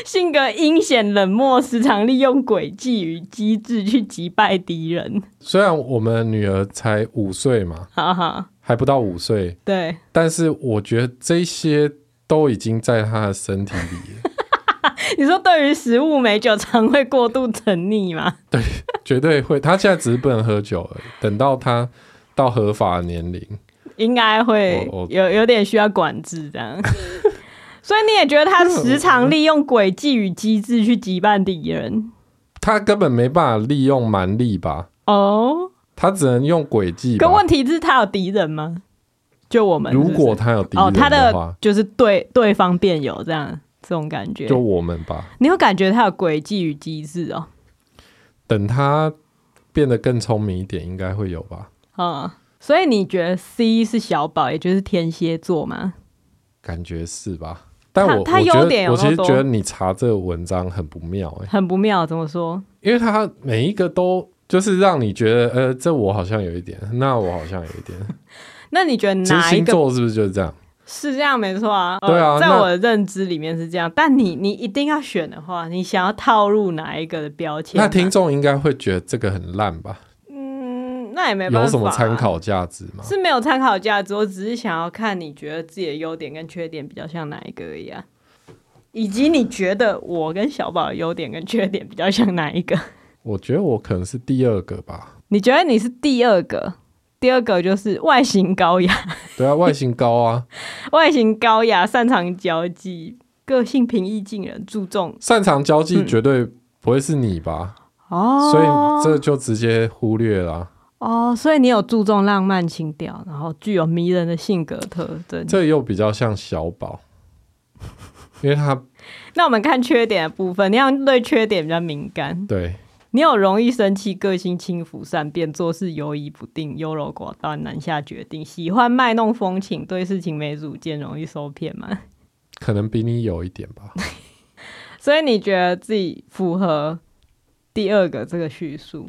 [SPEAKER 1] 性格阴险冷漠，时常利用诡计与机智去击败敌人。
[SPEAKER 2] 虽然我们女儿才五岁嘛，
[SPEAKER 1] 哈哈，
[SPEAKER 2] 还不到五岁，
[SPEAKER 1] 对，
[SPEAKER 2] 但是我觉得这些都已经在她的身体
[SPEAKER 1] (laughs)
[SPEAKER 2] 里了，
[SPEAKER 1] 你说对于食物美酒常会过度沉溺吗？
[SPEAKER 2] 绝对会。她现在只是不能喝酒而已，等到她到合法的年龄，
[SPEAKER 1] 应该会
[SPEAKER 2] 我我
[SPEAKER 1] 有有点需要管制这
[SPEAKER 2] (laughs)
[SPEAKER 1] 样。所以你也觉得他时常利用诡计与机智去击败敌人
[SPEAKER 2] 她根本没办法利用蛮力吧，
[SPEAKER 1] 哦？
[SPEAKER 2] 她只能用诡计吧。
[SPEAKER 1] 可问题是，他有敌人吗？就我们是不
[SPEAKER 2] 如
[SPEAKER 1] 是
[SPEAKER 2] 果她有敌
[SPEAKER 1] 哦，
[SPEAKER 2] 人
[SPEAKER 1] 他
[SPEAKER 2] 话，
[SPEAKER 1] 的就是对对方辩友这样这种感觉
[SPEAKER 2] 就，我们吧。
[SPEAKER 1] 你有感觉他有诡计与机智哦？
[SPEAKER 2] 等她变得更聪明一点，应该会有吧？
[SPEAKER 1] 嗯，所以你觉得 C 是小宝，也就是天蝎座吗？
[SPEAKER 2] 感觉是吧？但我
[SPEAKER 1] 她
[SPEAKER 2] 我觉
[SPEAKER 1] 优点
[SPEAKER 2] 得，
[SPEAKER 1] 有
[SPEAKER 2] 我
[SPEAKER 1] 那么
[SPEAKER 2] 其实
[SPEAKER 1] 多
[SPEAKER 2] 觉得你查这个文章很不妙哎、
[SPEAKER 1] 很不妙，怎么说？
[SPEAKER 2] 因为他每一个都就是让你觉得，呃，这我好像有一点，那我好像有一
[SPEAKER 1] (laughs)
[SPEAKER 2] 点。
[SPEAKER 1] 那你觉得
[SPEAKER 2] 其实
[SPEAKER 1] 哪一
[SPEAKER 2] 星
[SPEAKER 1] 个
[SPEAKER 2] 座是不是就是这样？
[SPEAKER 1] 是这样？没错啊，呃
[SPEAKER 2] 对啊
[SPEAKER 1] 在
[SPEAKER 2] 那
[SPEAKER 1] 我的认知里面是这样。但你你一定要选的话，你想要套入哪一个的标签吗？啊
[SPEAKER 2] 那听众应该会觉得这个很烂吧？
[SPEAKER 1] 嗯，那也没办法、
[SPEAKER 2] 有什么参？考价值吗？
[SPEAKER 1] 是没有参考价值，我只是想要看你觉得自己的优点跟缺点比较像哪一个而已啊，以及你觉得我跟小宝的优点跟缺点比较像哪一个。 (laughs)
[SPEAKER 2] 我觉得我可能是第二个吧。
[SPEAKER 1] 你觉得你是第二个？第二个就是外形高雅， (laughs)
[SPEAKER 2] 对啊，外形高啊，
[SPEAKER 1] 外形高雅，擅长交际，个性平易近人，注重
[SPEAKER 2] 擅长交际绝对不会是你吧？
[SPEAKER 1] 嗯哦，
[SPEAKER 2] 所以这就直接忽略啦、
[SPEAKER 1] 哦，所以你有注重浪漫情调，然后具有迷人的性格特征。
[SPEAKER 2] 这又比较像小宝，因为他
[SPEAKER 1] 那我们看缺点的部分，你要对缺点比较敏感，
[SPEAKER 2] 对
[SPEAKER 1] 你有容易生气，个性轻浮善变，做事犹疑不定，优柔寡断，难下决定，喜欢卖弄风情，对事情没主见，容易受骗嘛。
[SPEAKER 2] 可能比你有一点吧。
[SPEAKER 1] (laughs) 所以你觉得自己符合第二个这个叙述？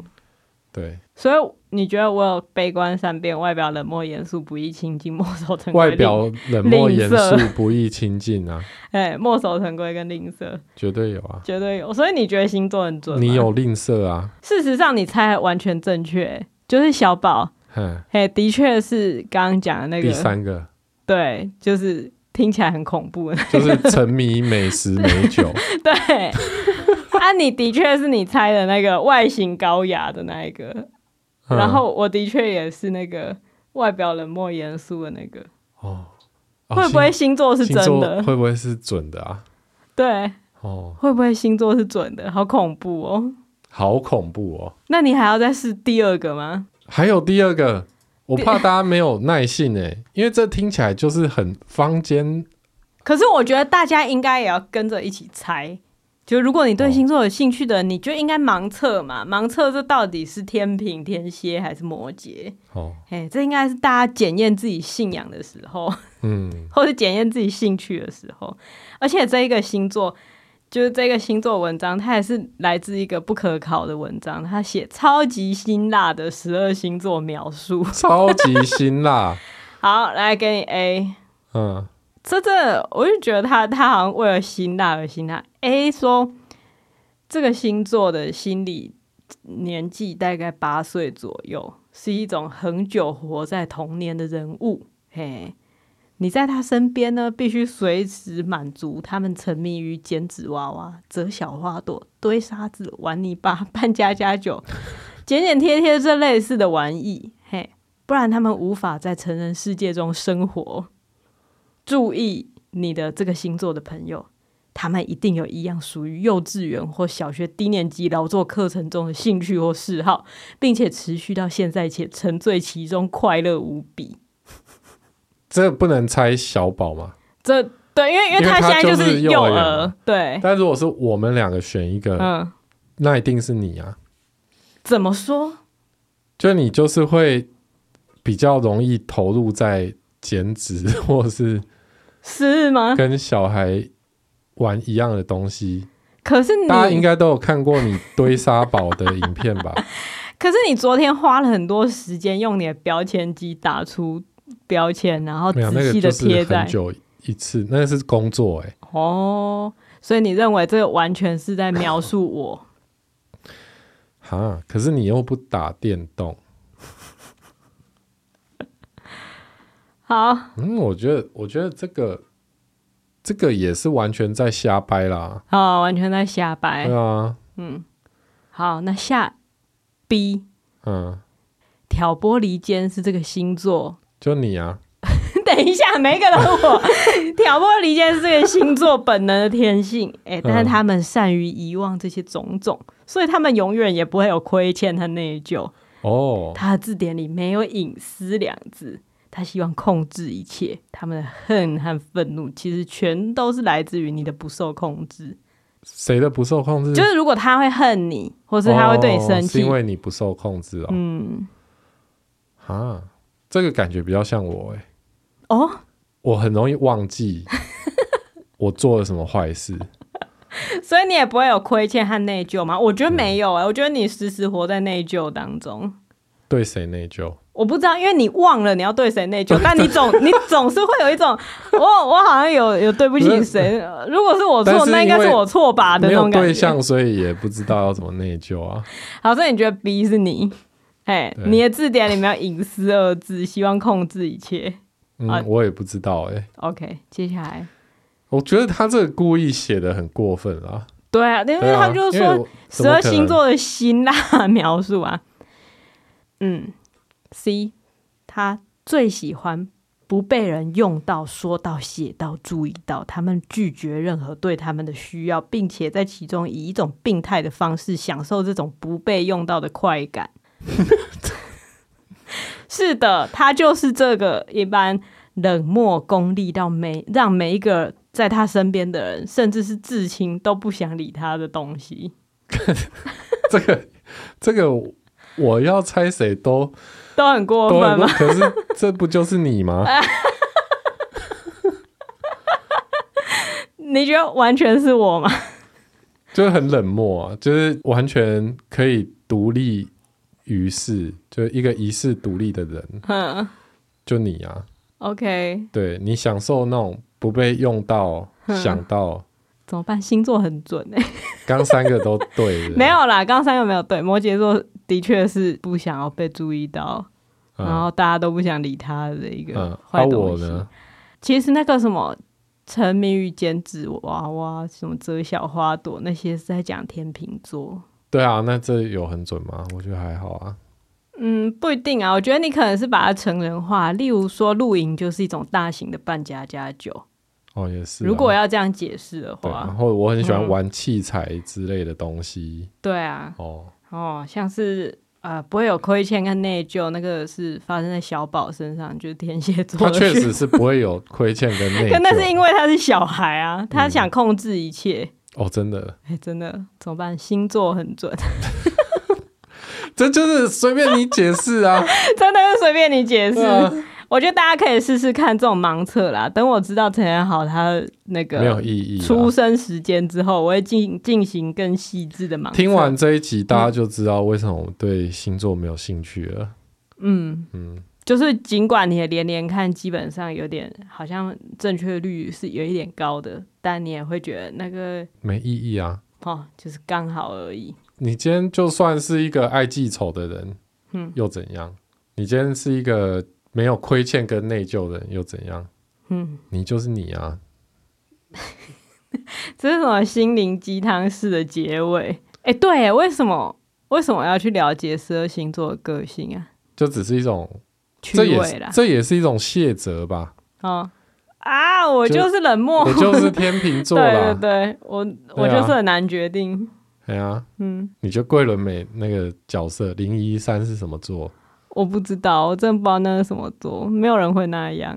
[SPEAKER 2] 对，
[SPEAKER 1] 所以你觉得我有悲观善变，外表冷漠严肃，不易亲近，墨守成规。
[SPEAKER 2] 外表冷漠
[SPEAKER 1] 吝
[SPEAKER 2] 严肃
[SPEAKER 1] 啬，
[SPEAKER 2] 不易亲
[SPEAKER 1] (laughs)
[SPEAKER 2] 近啊，
[SPEAKER 1] 哎，墨守成规跟吝啬
[SPEAKER 2] 绝对有啊。
[SPEAKER 1] 绝对有。所以你觉得星座很准吗？
[SPEAKER 2] 你有？吝啬啊，
[SPEAKER 1] 事实上，你猜完全正确，就是小宝，
[SPEAKER 2] 哼，
[SPEAKER 1] 哎，的确是刚刚讲的那
[SPEAKER 2] 第
[SPEAKER 1] 个，
[SPEAKER 2] 三个
[SPEAKER 1] 对，就是听起来很恐怖的 (laughs)
[SPEAKER 2] 就是沉迷美食美酒，
[SPEAKER 1] 对，
[SPEAKER 2] (laughs)
[SPEAKER 1] 啊，你的确是你猜的那个外形高雅的那一个，
[SPEAKER 2] 嗯
[SPEAKER 1] 然后我的确也是那个外表冷漠严肃的那个，
[SPEAKER 2] 哦，哦
[SPEAKER 1] 会不会星座是
[SPEAKER 2] 星
[SPEAKER 1] 真
[SPEAKER 2] 星座
[SPEAKER 1] 的？
[SPEAKER 2] 会不会是准的啊？
[SPEAKER 1] 对，
[SPEAKER 2] 哦，
[SPEAKER 1] 会不会星座是准的？好恐怖哦！
[SPEAKER 2] 好恐怖哦！
[SPEAKER 1] 那你还要再试第二个吗？
[SPEAKER 2] 还有第二个，我怕大家没有耐性哎、因为这听起来就是很坊间
[SPEAKER 1] 可是我觉得大家应该也要跟着一起猜。就如果你对星座有兴趣的人，你就应该盲测嘛，盲测这到底是天平、天蝎还是摩羯？
[SPEAKER 2] 哦，
[SPEAKER 1] 哎，这应该是大家检验自己信仰的时候。 (laughs)
[SPEAKER 2] 嗯，
[SPEAKER 1] 或是检验自己兴趣的时候。而且这一个星座，就是这个星座文章，它也是来自一个不可考的文章，它写超级辛辣的十二星座描述。
[SPEAKER 2] 超级辛辣，
[SPEAKER 1] 好，来给你 A。
[SPEAKER 2] (laughs) 嗯，
[SPEAKER 1] 这真的，我就觉得他他好像为了辛辣而辛辣。A 说这个星座的心理年纪大概八岁左右，是一种恒久活在童年的人物。嘿，你在他身边呢，必须随时满足他们沉迷于剪纸娃娃、折小花朵、堆沙子、玩泥巴、 (laughs) 扮家家酒、剪剪贴贴这类似的玩意。嘿，不然他们无法在成人世界中生活。注意你的这个星座的朋友，他们一定有一样属于幼稚园或小学低年级劳作课程中的兴趣或嗜好，并且持续到现在且沉醉其中，快乐无比。
[SPEAKER 2] 这不能猜小宝嘛？
[SPEAKER 1] 这对，因为因
[SPEAKER 2] 因
[SPEAKER 1] 为
[SPEAKER 2] 为
[SPEAKER 1] 他
[SPEAKER 2] 他
[SPEAKER 1] 现在
[SPEAKER 2] 就是是幼
[SPEAKER 1] 幼
[SPEAKER 2] 儿园
[SPEAKER 1] 儿
[SPEAKER 2] 嘛，
[SPEAKER 1] 对，
[SPEAKER 2] 但如果是我们两个选一个，
[SPEAKER 1] 嗯，
[SPEAKER 2] 那一定是你啊，
[SPEAKER 1] 怎么说？
[SPEAKER 2] 就你就是会比较容易投入在减脂 (laughs) 或是
[SPEAKER 1] 是吗？
[SPEAKER 2] 跟小孩玩一样的东西。
[SPEAKER 1] 可是你，
[SPEAKER 2] 大家应该都有看过你堆沙堡的影片
[SPEAKER 1] (laughs)
[SPEAKER 2] 吧？
[SPEAKER 1] 可是你昨天花了很多时间用你的标签机打出标签，然后
[SPEAKER 2] 没有，那
[SPEAKER 1] 仔细
[SPEAKER 2] 个
[SPEAKER 1] 的
[SPEAKER 2] 就是
[SPEAKER 1] 贴
[SPEAKER 2] 很
[SPEAKER 1] 在
[SPEAKER 2] 久一次，那个是工作哎、
[SPEAKER 1] 哦，所以你认为这完全是在描述我？
[SPEAKER 2] 哈，可是你又不打电动，
[SPEAKER 1] 好，
[SPEAKER 2] 嗯，我觉得，我觉得这个这个也是完全在瞎掰啦，
[SPEAKER 1] 好，完全在瞎掰
[SPEAKER 2] 对。啊，
[SPEAKER 1] 好，那下 B
[SPEAKER 2] 嗯，
[SPEAKER 1] 挑拨离间是这个星座。 (laughs)
[SPEAKER 2] 就你啊，
[SPEAKER 1] 等一下，每一个都是
[SPEAKER 2] (laughs)
[SPEAKER 1] 我挑拨离间是这个星座本能的天性。哎、
[SPEAKER 2] 嗯
[SPEAKER 1] 但是他们善于遗忘这些种种，所以他们永远也不会有亏欠和内疚。
[SPEAKER 2] 哦，
[SPEAKER 1] 他的字典里没有隐私两字。他希望控制一切，他们的恨和愤怒其实全都是来自于你的不受控制。
[SPEAKER 2] 谁的不受控制？
[SPEAKER 1] 就是如果他会恨你，或是他会对你生
[SPEAKER 2] 哦是
[SPEAKER 1] 气，
[SPEAKER 2] 因为你不受控制哦。嗯，啊，这个感觉比较像我哎、
[SPEAKER 1] 哦，
[SPEAKER 2] 我很容易
[SPEAKER 1] (laughs)
[SPEAKER 2] 忘记我做了什么坏事。
[SPEAKER 1] 所以你也不会有亏欠和内疚吗？我觉得没有哎、我觉得你时时活在内疚当中。
[SPEAKER 2] 对谁内疚？
[SPEAKER 1] 我不知道，因为你忘了你要对谁内 (laughs) 疚，但你总你总是会有一种， (laughs) 我我好像有有对不起谁。呃如果是我
[SPEAKER 2] 但
[SPEAKER 1] 错，
[SPEAKER 2] 是
[SPEAKER 1] 那应该
[SPEAKER 2] 因为
[SPEAKER 1] 是我错吧的那
[SPEAKER 2] 没有
[SPEAKER 1] 种感
[SPEAKER 2] 对
[SPEAKER 1] 觉。
[SPEAKER 2] 象，所以也不知道要怎么内疚啊。
[SPEAKER 1] 好，所以你觉得 B 是你？哎，
[SPEAKER 2] 对
[SPEAKER 1] 你的字典里面有隐私二字，希望控制一切。
[SPEAKER 2] 嗯，
[SPEAKER 1] 啊
[SPEAKER 2] 我也不知道哎、
[SPEAKER 1] OK，接下来，
[SPEAKER 2] 我觉得他这个故意写的很过分啊。
[SPEAKER 1] 对啊，因
[SPEAKER 2] 对
[SPEAKER 1] 为
[SPEAKER 2] 啊，
[SPEAKER 1] 他就是
[SPEAKER 2] 因为
[SPEAKER 1] 说
[SPEAKER 2] 我
[SPEAKER 1] 十
[SPEAKER 2] 怎么
[SPEAKER 1] 二
[SPEAKER 2] 可能
[SPEAKER 1] 星座的辛辣描述啊。嗯，C，他最喜欢不被人用到、说到、写到、注意到，他们拒绝任何对他们的需要，并且在其中以一种病态的方式享受这种不被用到的快感。 (laughs) 是的，他就是这个一般冷漠、功利到每让每一个在他身边的人，甚至是至亲都不想理他的东西。
[SPEAKER 2] 这个这个我要猜谁都
[SPEAKER 1] 都很过
[SPEAKER 2] 都
[SPEAKER 1] 分
[SPEAKER 2] 很
[SPEAKER 1] 吗？
[SPEAKER 2] 可是这不就是
[SPEAKER 1] (laughs)
[SPEAKER 2] 你吗？
[SPEAKER 1] 你觉得完全是我吗？
[SPEAKER 2] 就是很冷漠啊，就是完全可以独立于世，就是一个一世独立的人，
[SPEAKER 1] 嗯
[SPEAKER 2] 就你啊，
[SPEAKER 1] ，OK，
[SPEAKER 2] 对你享受那种不被用到、
[SPEAKER 1] 嗯
[SPEAKER 2] 想到，
[SPEAKER 1] 怎么办？星座很准
[SPEAKER 2] 啊
[SPEAKER 1] 哎、
[SPEAKER 2] 刚三个都对的，
[SPEAKER 1] (laughs) 没，有啦，刚刚三个没有对，摩羯座的确是不想要被注意到，然后大家都不想理他的一
[SPEAKER 2] 嗯
[SPEAKER 1] 哦个，
[SPEAKER 2] 而、
[SPEAKER 1] 坏
[SPEAKER 2] 啊、
[SPEAKER 1] 东
[SPEAKER 2] 我
[SPEAKER 1] 西。
[SPEAKER 2] 呢，
[SPEAKER 1] 其实那个什么。沉迷于剪纸娃娃、什么折小花朵那些是在讲天秤座，
[SPEAKER 2] 对啊，那这有很准吗？我觉得还好啊，
[SPEAKER 1] 嗯，不一定啊。我觉得你可能是把它成人化，例如说露营就是一种大型的半家家酒，
[SPEAKER 2] 哦也是啊、
[SPEAKER 1] 如果要嗯这样解释的
[SPEAKER 2] 对
[SPEAKER 1] 话，
[SPEAKER 2] 啊，然后我很喜欢玩器材之类的东西、
[SPEAKER 1] 对啊，
[SPEAKER 2] 哦，
[SPEAKER 1] 哦，像是呃不会有亏欠跟内疚，那个是发生在小宝身上，就是天蝎座
[SPEAKER 2] 他
[SPEAKER 1] 的
[SPEAKER 2] 确
[SPEAKER 1] 事。 (laughs)
[SPEAKER 2] 实是不会有亏欠跟内疚，嗯
[SPEAKER 1] 可那是因为他是小孩啊，他想控制一切。
[SPEAKER 2] 哦真的，
[SPEAKER 1] 哎、真的怎么办？星座很准， (laughs)
[SPEAKER 2] 这就是随便你解释啊，
[SPEAKER 1] 真的是随便你解释。
[SPEAKER 2] 对啊
[SPEAKER 1] 我觉得大家可以试试看这种盲测啦。等我知道陈彦豪他的 (laughs) 那
[SPEAKER 2] 没有
[SPEAKER 1] 个
[SPEAKER 2] 意义、啊，
[SPEAKER 1] 出生时间之后，我会进进行更细致的盲测。
[SPEAKER 2] 听完这一
[SPEAKER 1] 嗯
[SPEAKER 2] 集，大家就知道为什么我对星座没有兴趣了。
[SPEAKER 1] 就是尽管你的连连看基本上有点好像正确率是有一点高的，但你也会觉得那个
[SPEAKER 2] 没意义啊！
[SPEAKER 1] 哦，就是刚好而已。
[SPEAKER 2] 你今天就算是一个爱记仇的人，嗯，又怎样？你今天是一个没有亏欠跟内疚的人，又怎样？
[SPEAKER 1] 嗯，
[SPEAKER 2] 你就是你啊！
[SPEAKER 1] 这是什么心灵鸡汤式的结尾？哎，对耶，为什么为什么要去了解十二星座的个性啊？
[SPEAKER 2] 就只是一种，
[SPEAKER 1] 趣
[SPEAKER 2] 这也
[SPEAKER 1] 味
[SPEAKER 2] 是
[SPEAKER 1] 啦，
[SPEAKER 2] 这也是一种卸责吧？
[SPEAKER 1] 哦啊，我
[SPEAKER 2] 就
[SPEAKER 1] 就是冷漠，
[SPEAKER 2] 我就是天
[SPEAKER 1] (laughs)
[SPEAKER 2] 秤座
[SPEAKER 1] 对对
[SPEAKER 2] 啦，
[SPEAKER 1] 对，我我
[SPEAKER 2] 对啊
[SPEAKER 1] 就是很难决定。
[SPEAKER 2] 哎呀，
[SPEAKER 1] 嗯，
[SPEAKER 2] 你就桂纶镁那个角色零一三是什么座？
[SPEAKER 1] 我不知道，我真的不知道那是什么座，没有人会那样，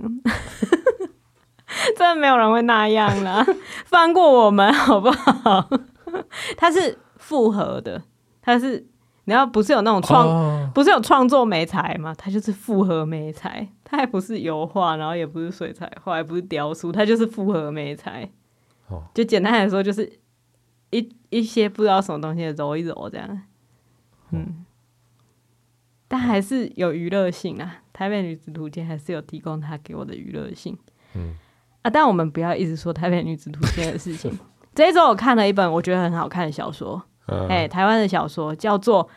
[SPEAKER 1] (laughs) 真的没有人会那样啦，放过我们好不好？ (laughs) 它是复合的，它是你要不是有那种创、
[SPEAKER 2] 哦，
[SPEAKER 1] 不是有创作美材吗？它就是复合美材，它还不是油画，然后也不是水彩画，也不是雕塑，它就是复合美材。
[SPEAKER 2] 哦
[SPEAKER 1] 就简单来说，就是一一些不知道什么东西揉一揉这样。嗯，但还是有娱乐性啊，《台北女子图鉴》还是有提供它给我的娱乐性。嗯啊，但我们不要一直说《台北女子图鉴》的事情。这一周我看了一本我觉得很好看的小说，
[SPEAKER 2] 嗯，
[SPEAKER 1] 哎、台湾的小说叫做《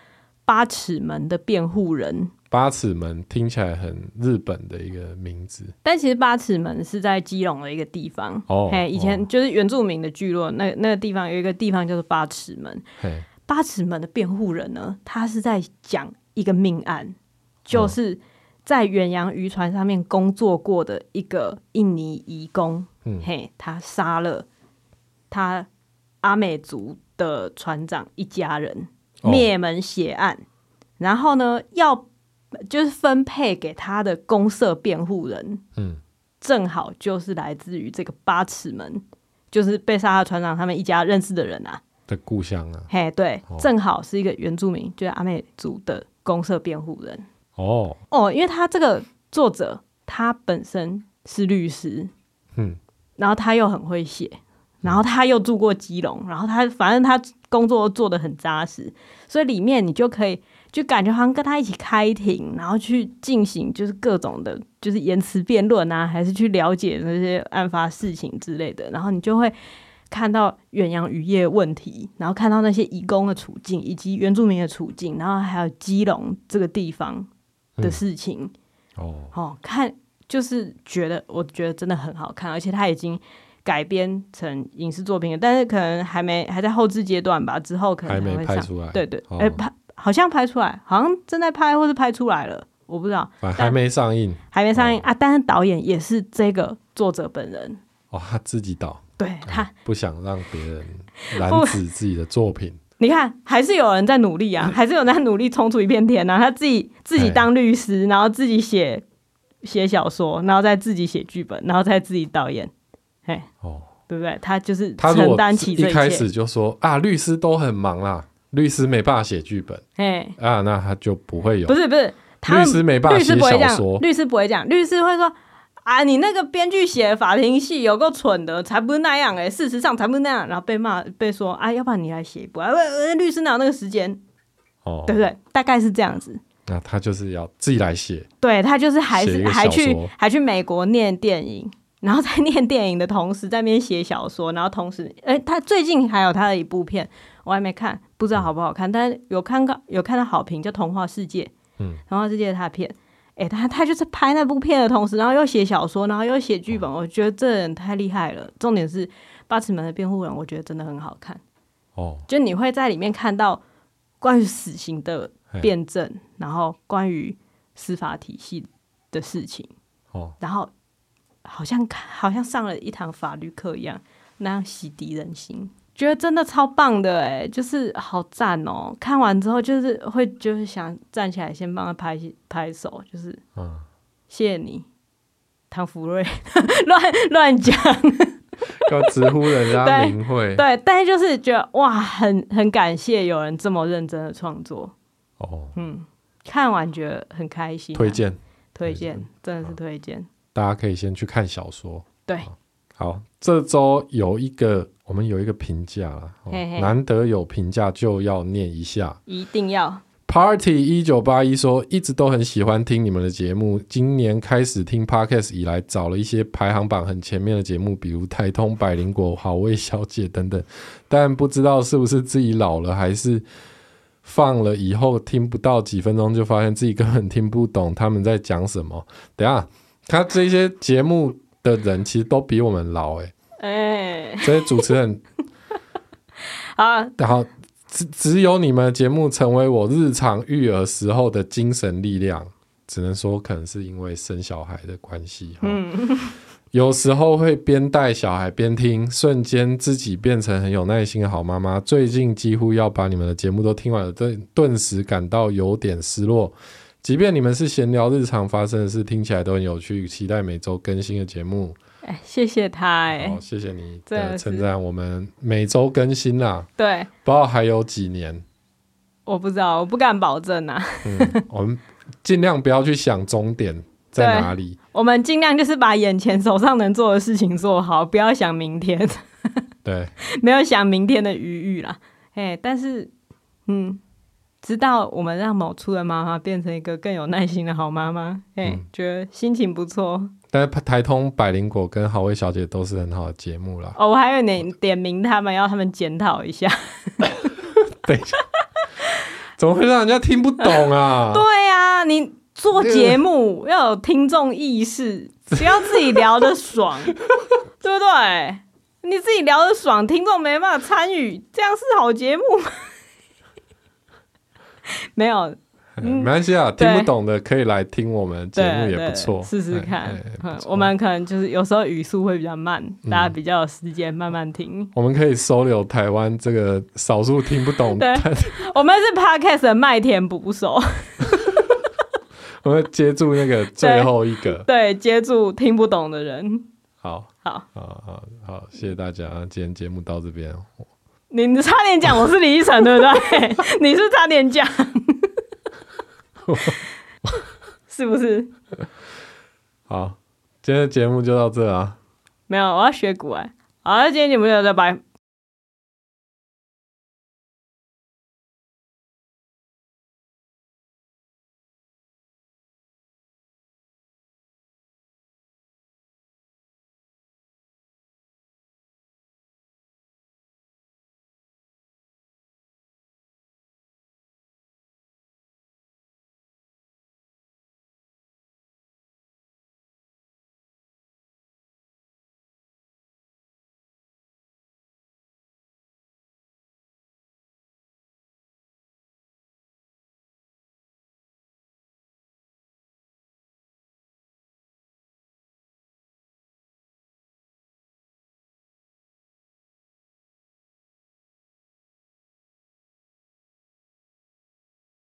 [SPEAKER 1] 八尺门的辩护人》，
[SPEAKER 2] 八尺门听起来很日本的一个名字
[SPEAKER 1] 但其实八尺门是在基隆的一个地方。
[SPEAKER 2] 哦
[SPEAKER 1] 嘿，以前
[SPEAKER 2] 哦
[SPEAKER 1] 就是原住民的聚落，那那个地方有一个地方叫做八尺门。
[SPEAKER 2] 嘿，
[SPEAKER 1] 八尺门的辩护人呢，他是在讲一个命案，
[SPEAKER 2] 哦
[SPEAKER 1] 就是在远洋渔船上面工作过的一个印尼移工，
[SPEAKER 2] 嗯
[SPEAKER 1] 嘿，他杀了他阿美族的船长一家人，
[SPEAKER 2] 哦
[SPEAKER 1] 灭门血案。然后呢，要就是分配给他的公社辩护人，
[SPEAKER 2] 嗯，
[SPEAKER 1] 正好就是来自于这个八尺门，就是被杀的船长他们一家认识的人啊。
[SPEAKER 2] 的故乡啊，
[SPEAKER 1] 嘿，对，
[SPEAKER 2] 哦
[SPEAKER 1] 正好是一个原住民，就是阿美族的公社辩护人。
[SPEAKER 2] 哦，
[SPEAKER 1] 哦，因为他这个作者他本身是律师，
[SPEAKER 2] 嗯，
[SPEAKER 1] 然后他又很会写，然后他又住过基隆，然后他反正他工作做得很扎实，所以里面你就可以就感觉好像跟他一起开庭，然后去进行就是各种的，就是言辞辩论啊，还是去了解那些案发事情之类的，然后你就会。看到远洋渔业问题，然后看到那些移工的处境，以及原住民的处境，然后还有基隆这个地方的
[SPEAKER 2] 嗯
[SPEAKER 1] 事情，
[SPEAKER 2] 哦，
[SPEAKER 1] 哦，看就是觉得，我觉得真的很好看，而且它已经改编成影视作品了，但是可能还没还在后置阶段吧，之后可能
[SPEAKER 2] 还
[SPEAKER 1] 才
[SPEAKER 2] 没
[SPEAKER 1] 会
[SPEAKER 2] 拍
[SPEAKER 1] 上。
[SPEAKER 2] 出来，
[SPEAKER 1] 对对，
[SPEAKER 2] 哦
[SPEAKER 1] 哎、拍好像拍出来，好像正在拍或是拍出来了，我不知道，
[SPEAKER 2] 反正还没上映，
[SPEAKER 1] 还没上映、
[SPEAKER 2] 哦
[SPEAKER 1] 啊。但是导演也是这个作者本人，
[SPEAKER 2] 哦，他自己导，哎
[SPEAKER 1] 对他，
[SPEAKER 2] 不想让别人染指自己的作品，
[SPEAKER 1] 你看还是有人在努力啊，还是有人在努力冲出一片天啊。他自己自己
[SPEAKER 2] 哎
[SPEAKER 1] 当律师，然后自己写写小说，然后再自己写剧本，然后再自己导演，嘿。
[SPEAKER 2] 哦，
[SPEAKER 1] 对不对？他就是
[SPEAKER 2] 他如
[SPEAKER 1] 承
[SPEAKER 2] 果
[SPEAKER 1] 担
[SPEAKER 2] 是
[SPEAKER 1] 起
[SPEAKER 2] 一
[SPEAKER 1] 这
[SPEAKER 2] 开
[SPEAKER 1] 切。
[SPEAKER 2] 始就说啊，律师都很忙啦，律师没办法写剧本
[SPEAKER 1] 哎，
[SPEAKER 2] 啊，那他就不会有
[SPEAKER 1] 不是不是，他
[SPEAKER 2] 律师没办法
[SPEAKER 1] 律师
[SPEAKER 2] 写
[SPEAKER 1] 不会这
[SPEAKER 2] 小
[SPEAKER 1] 样，
[SPEAKER 2] 说，
[SPEAKER 1] 律师不会这样，律师会说啊，你那个编剧写的法庭戏有够蠢的，才不是那样哎、事实上才不是那样，然后被骂被说啊，要不然你来写一部啊，喂喂律师哪有那个时间，
[SPEAKER 2] 哦，
[SPEAKER 1] 对不对？大概是这样子。
[SPEAKER 2] 那他就是要自己来写，
[SPEAKER 1] 对他就是还
[SPEAKER 2] 写一
[SPEAKER 1] 是
[SPEAKER 2] 个
[SPEAKER 1] 还
[SPEAKER 2] 小
[SPEAKER 1] 去
[SPEAKER 2] 说
[SPEAKER 1] 还去美国念电影，然后在 (laughs) 念电影的同时在那边写小说，然后同时，哎，他最近还有他的一部片，我还没看，不知道好不好看，但是有看到有看到好评，叫《童话世界》。
[SPEAKER 2] 嗯，
[SPEAKER 1] 《童话世界》他的片，哎，他他就是拍那部片的同时，然后又写小说，然后又写剧本，我觉得这人太厉害了。重点是《八尺门的辩护人》，我觉得真的很好看，
[SPEAKER 2] 哦，
[SPEAKER 1] 就你会在里面看到关于死刑的
[SPEAKER 2] 嘿
[SPEAKER 1] 辩证，然后关于司法体系的事情，
[SPEAKER 2] 哦，
[SPEAKER 1] 然后好像看好像上了一堂法律课一样，那样洗涤人心，觉得真的超棒的哎、就是好赞哦、看完之后就是会就是想站起来先帮他拍拍手，就是
[SPEAKER 2] 嗯，
[SPEAKER 1] 谢谢你，唐福瑞 (laughs) 乱乱讲。
[SPEAKER 2] 要直呼人家
[SPEAKER 1] 对
[SPEAKER 2] 名讳，
[SPEAKER 1] (laughs) 对，但是就是觉得哇，很很感谢有人这么认真的创作，
[SPEAKER 2] 哦，
[SPEAKER 1] 看完觉得很开心啊、
[SPEAKER 2] 推荐
[SPEAKER 1] 推荐，真的是推荐。
[SPEAKER 2] 大家可以先去看小说。
[SPEAKER 1] 对，
[SPEAKER 2] 好，这周有一个我们有一个评价啦，哦
[SPEAKER 1] 嘿嘿
[SPEAKER 2] 难得有评价就要念一下。
[SPEAKER 1] 一定要
[SPEAKER 2] Party 一九八一说，一直都很喜欢听你们的节目。今年开始听 Podcast 以来，找了一些排行榜很前面的节目，比如台通、百灵果、好味小姐等等，但不知道是不是自己老了，还是放了以后听不到几分钟，就发现自己根本听不懂他们在讲什么。等一下，他这些节目的人其实都比我们老诶、
[SPEAKER 1] 哎、
[SPEAKER 2] 这些主持人
[SPEAKER 1] 好，
[SPEAKER 2] 然后只只有你们的节目成为我日常育儿时候的精神力量，只能说可能是因为生小孩的关系。嗯，有时候会边带小孩边听，瞬间自己变成很有耐心的好妈妈。最近几乎要把你们的节目都听完了，顿顿时感到有点失落。即便你们是闲聊日常发生的事，听起来都很有趣。期待每周更新的节目。
[SPEAKER 1] 哎、谢谢他、哎、
[SPEAKER 2] 好，谢谢你
[SPEAKER 1] 真的
[SPEAKER 2] 的
[SPEAKER 1] 是
[SPEAKER 2] 称赞。我们每周更新啦，
[SPEAKER 1] 对，
[SPEAKER 2] 不知道还有几年。
[SPEAKER 1] 我不知道，我不敢保证啊。 (laughs)
[SPEAKER 2] 我们尽量不要去想终点在哪里。
[SPEAKER 1] 我们尽量就是把眼前手上能做的事情做好，不要想明天， (laughs)
[SPEAKER 2] 对，
[SPEAKER 1] 没有想明天的余裕啦。哎、但是，嗯，直到我们让某处的妈妈变成一个更有耐心的好妈妈，哎、
[SPEAKER 2] 嗯
[SPEAKER 1] 觉得心情不错。
[SPEAKER 2] 但是台通百灵果跟好味小姐都是很好的节目啦。 (laughs)
[SPEAKER 1] 哦，我还有点点名他们，要他们检讨一下。
[SPEAKER 2] 等一下，怎么会让人家听不懂啊？
[SPEAKER 1] 对啊，你做节目要有听众意识，不要自己聊得
[SPEAKER 2] (laughs)
[SPEAKER 1] 爽，对不对？你自己聊得爽，听众没办法参与，这样是好节目吗？ (laughs) 没有，
[SPEAKER 2] 嗯没关系啊，
[SPEAKER 1] 对
[SPEAKER 2] 听不懂的可以来听我们节目
[SPEAKER 1] 对
[SPEAKER 2] 也
[SPEAKER 1] 对
[SPEAKER 2] 不错，
[SPEAKER 1] 试试看
[SPEAKER 2] 哎哎。
[SPEAKER 1] 嗯
[SPEAKER 2] 不错嗯
[SPEAKER 1] 我们可能就是有时候语速会比较慢，大家比较有时间慢慢听。
[SPEAKER 2] 我们可以收留台湾这个少数听不懂 (laughs)
[SPEAKER 1] 对
[SPEAKER 2] 但
[SPEAKER 1] 我们是 podcast 的麦田捕手，
[SPEAKER 2] 我们接住那个最后一个。
[SPEAKER 1] 对，接住听不懂的人。
[SPEAKER 2] 好，
[SPEAKER 1] 好，
[SPEAKER 2] 好，好，好，谢谢大家，今天节目到这边。
[SPEAKER 1] 你你差点讲我是李依晨，对不对？你是差点讲，是不是？
[SPEAKER 2] 好，今天的节目就到这啊，啊
[SPEAKER 1] 没有，我要学古哎。好，那今天节目就到这，拜。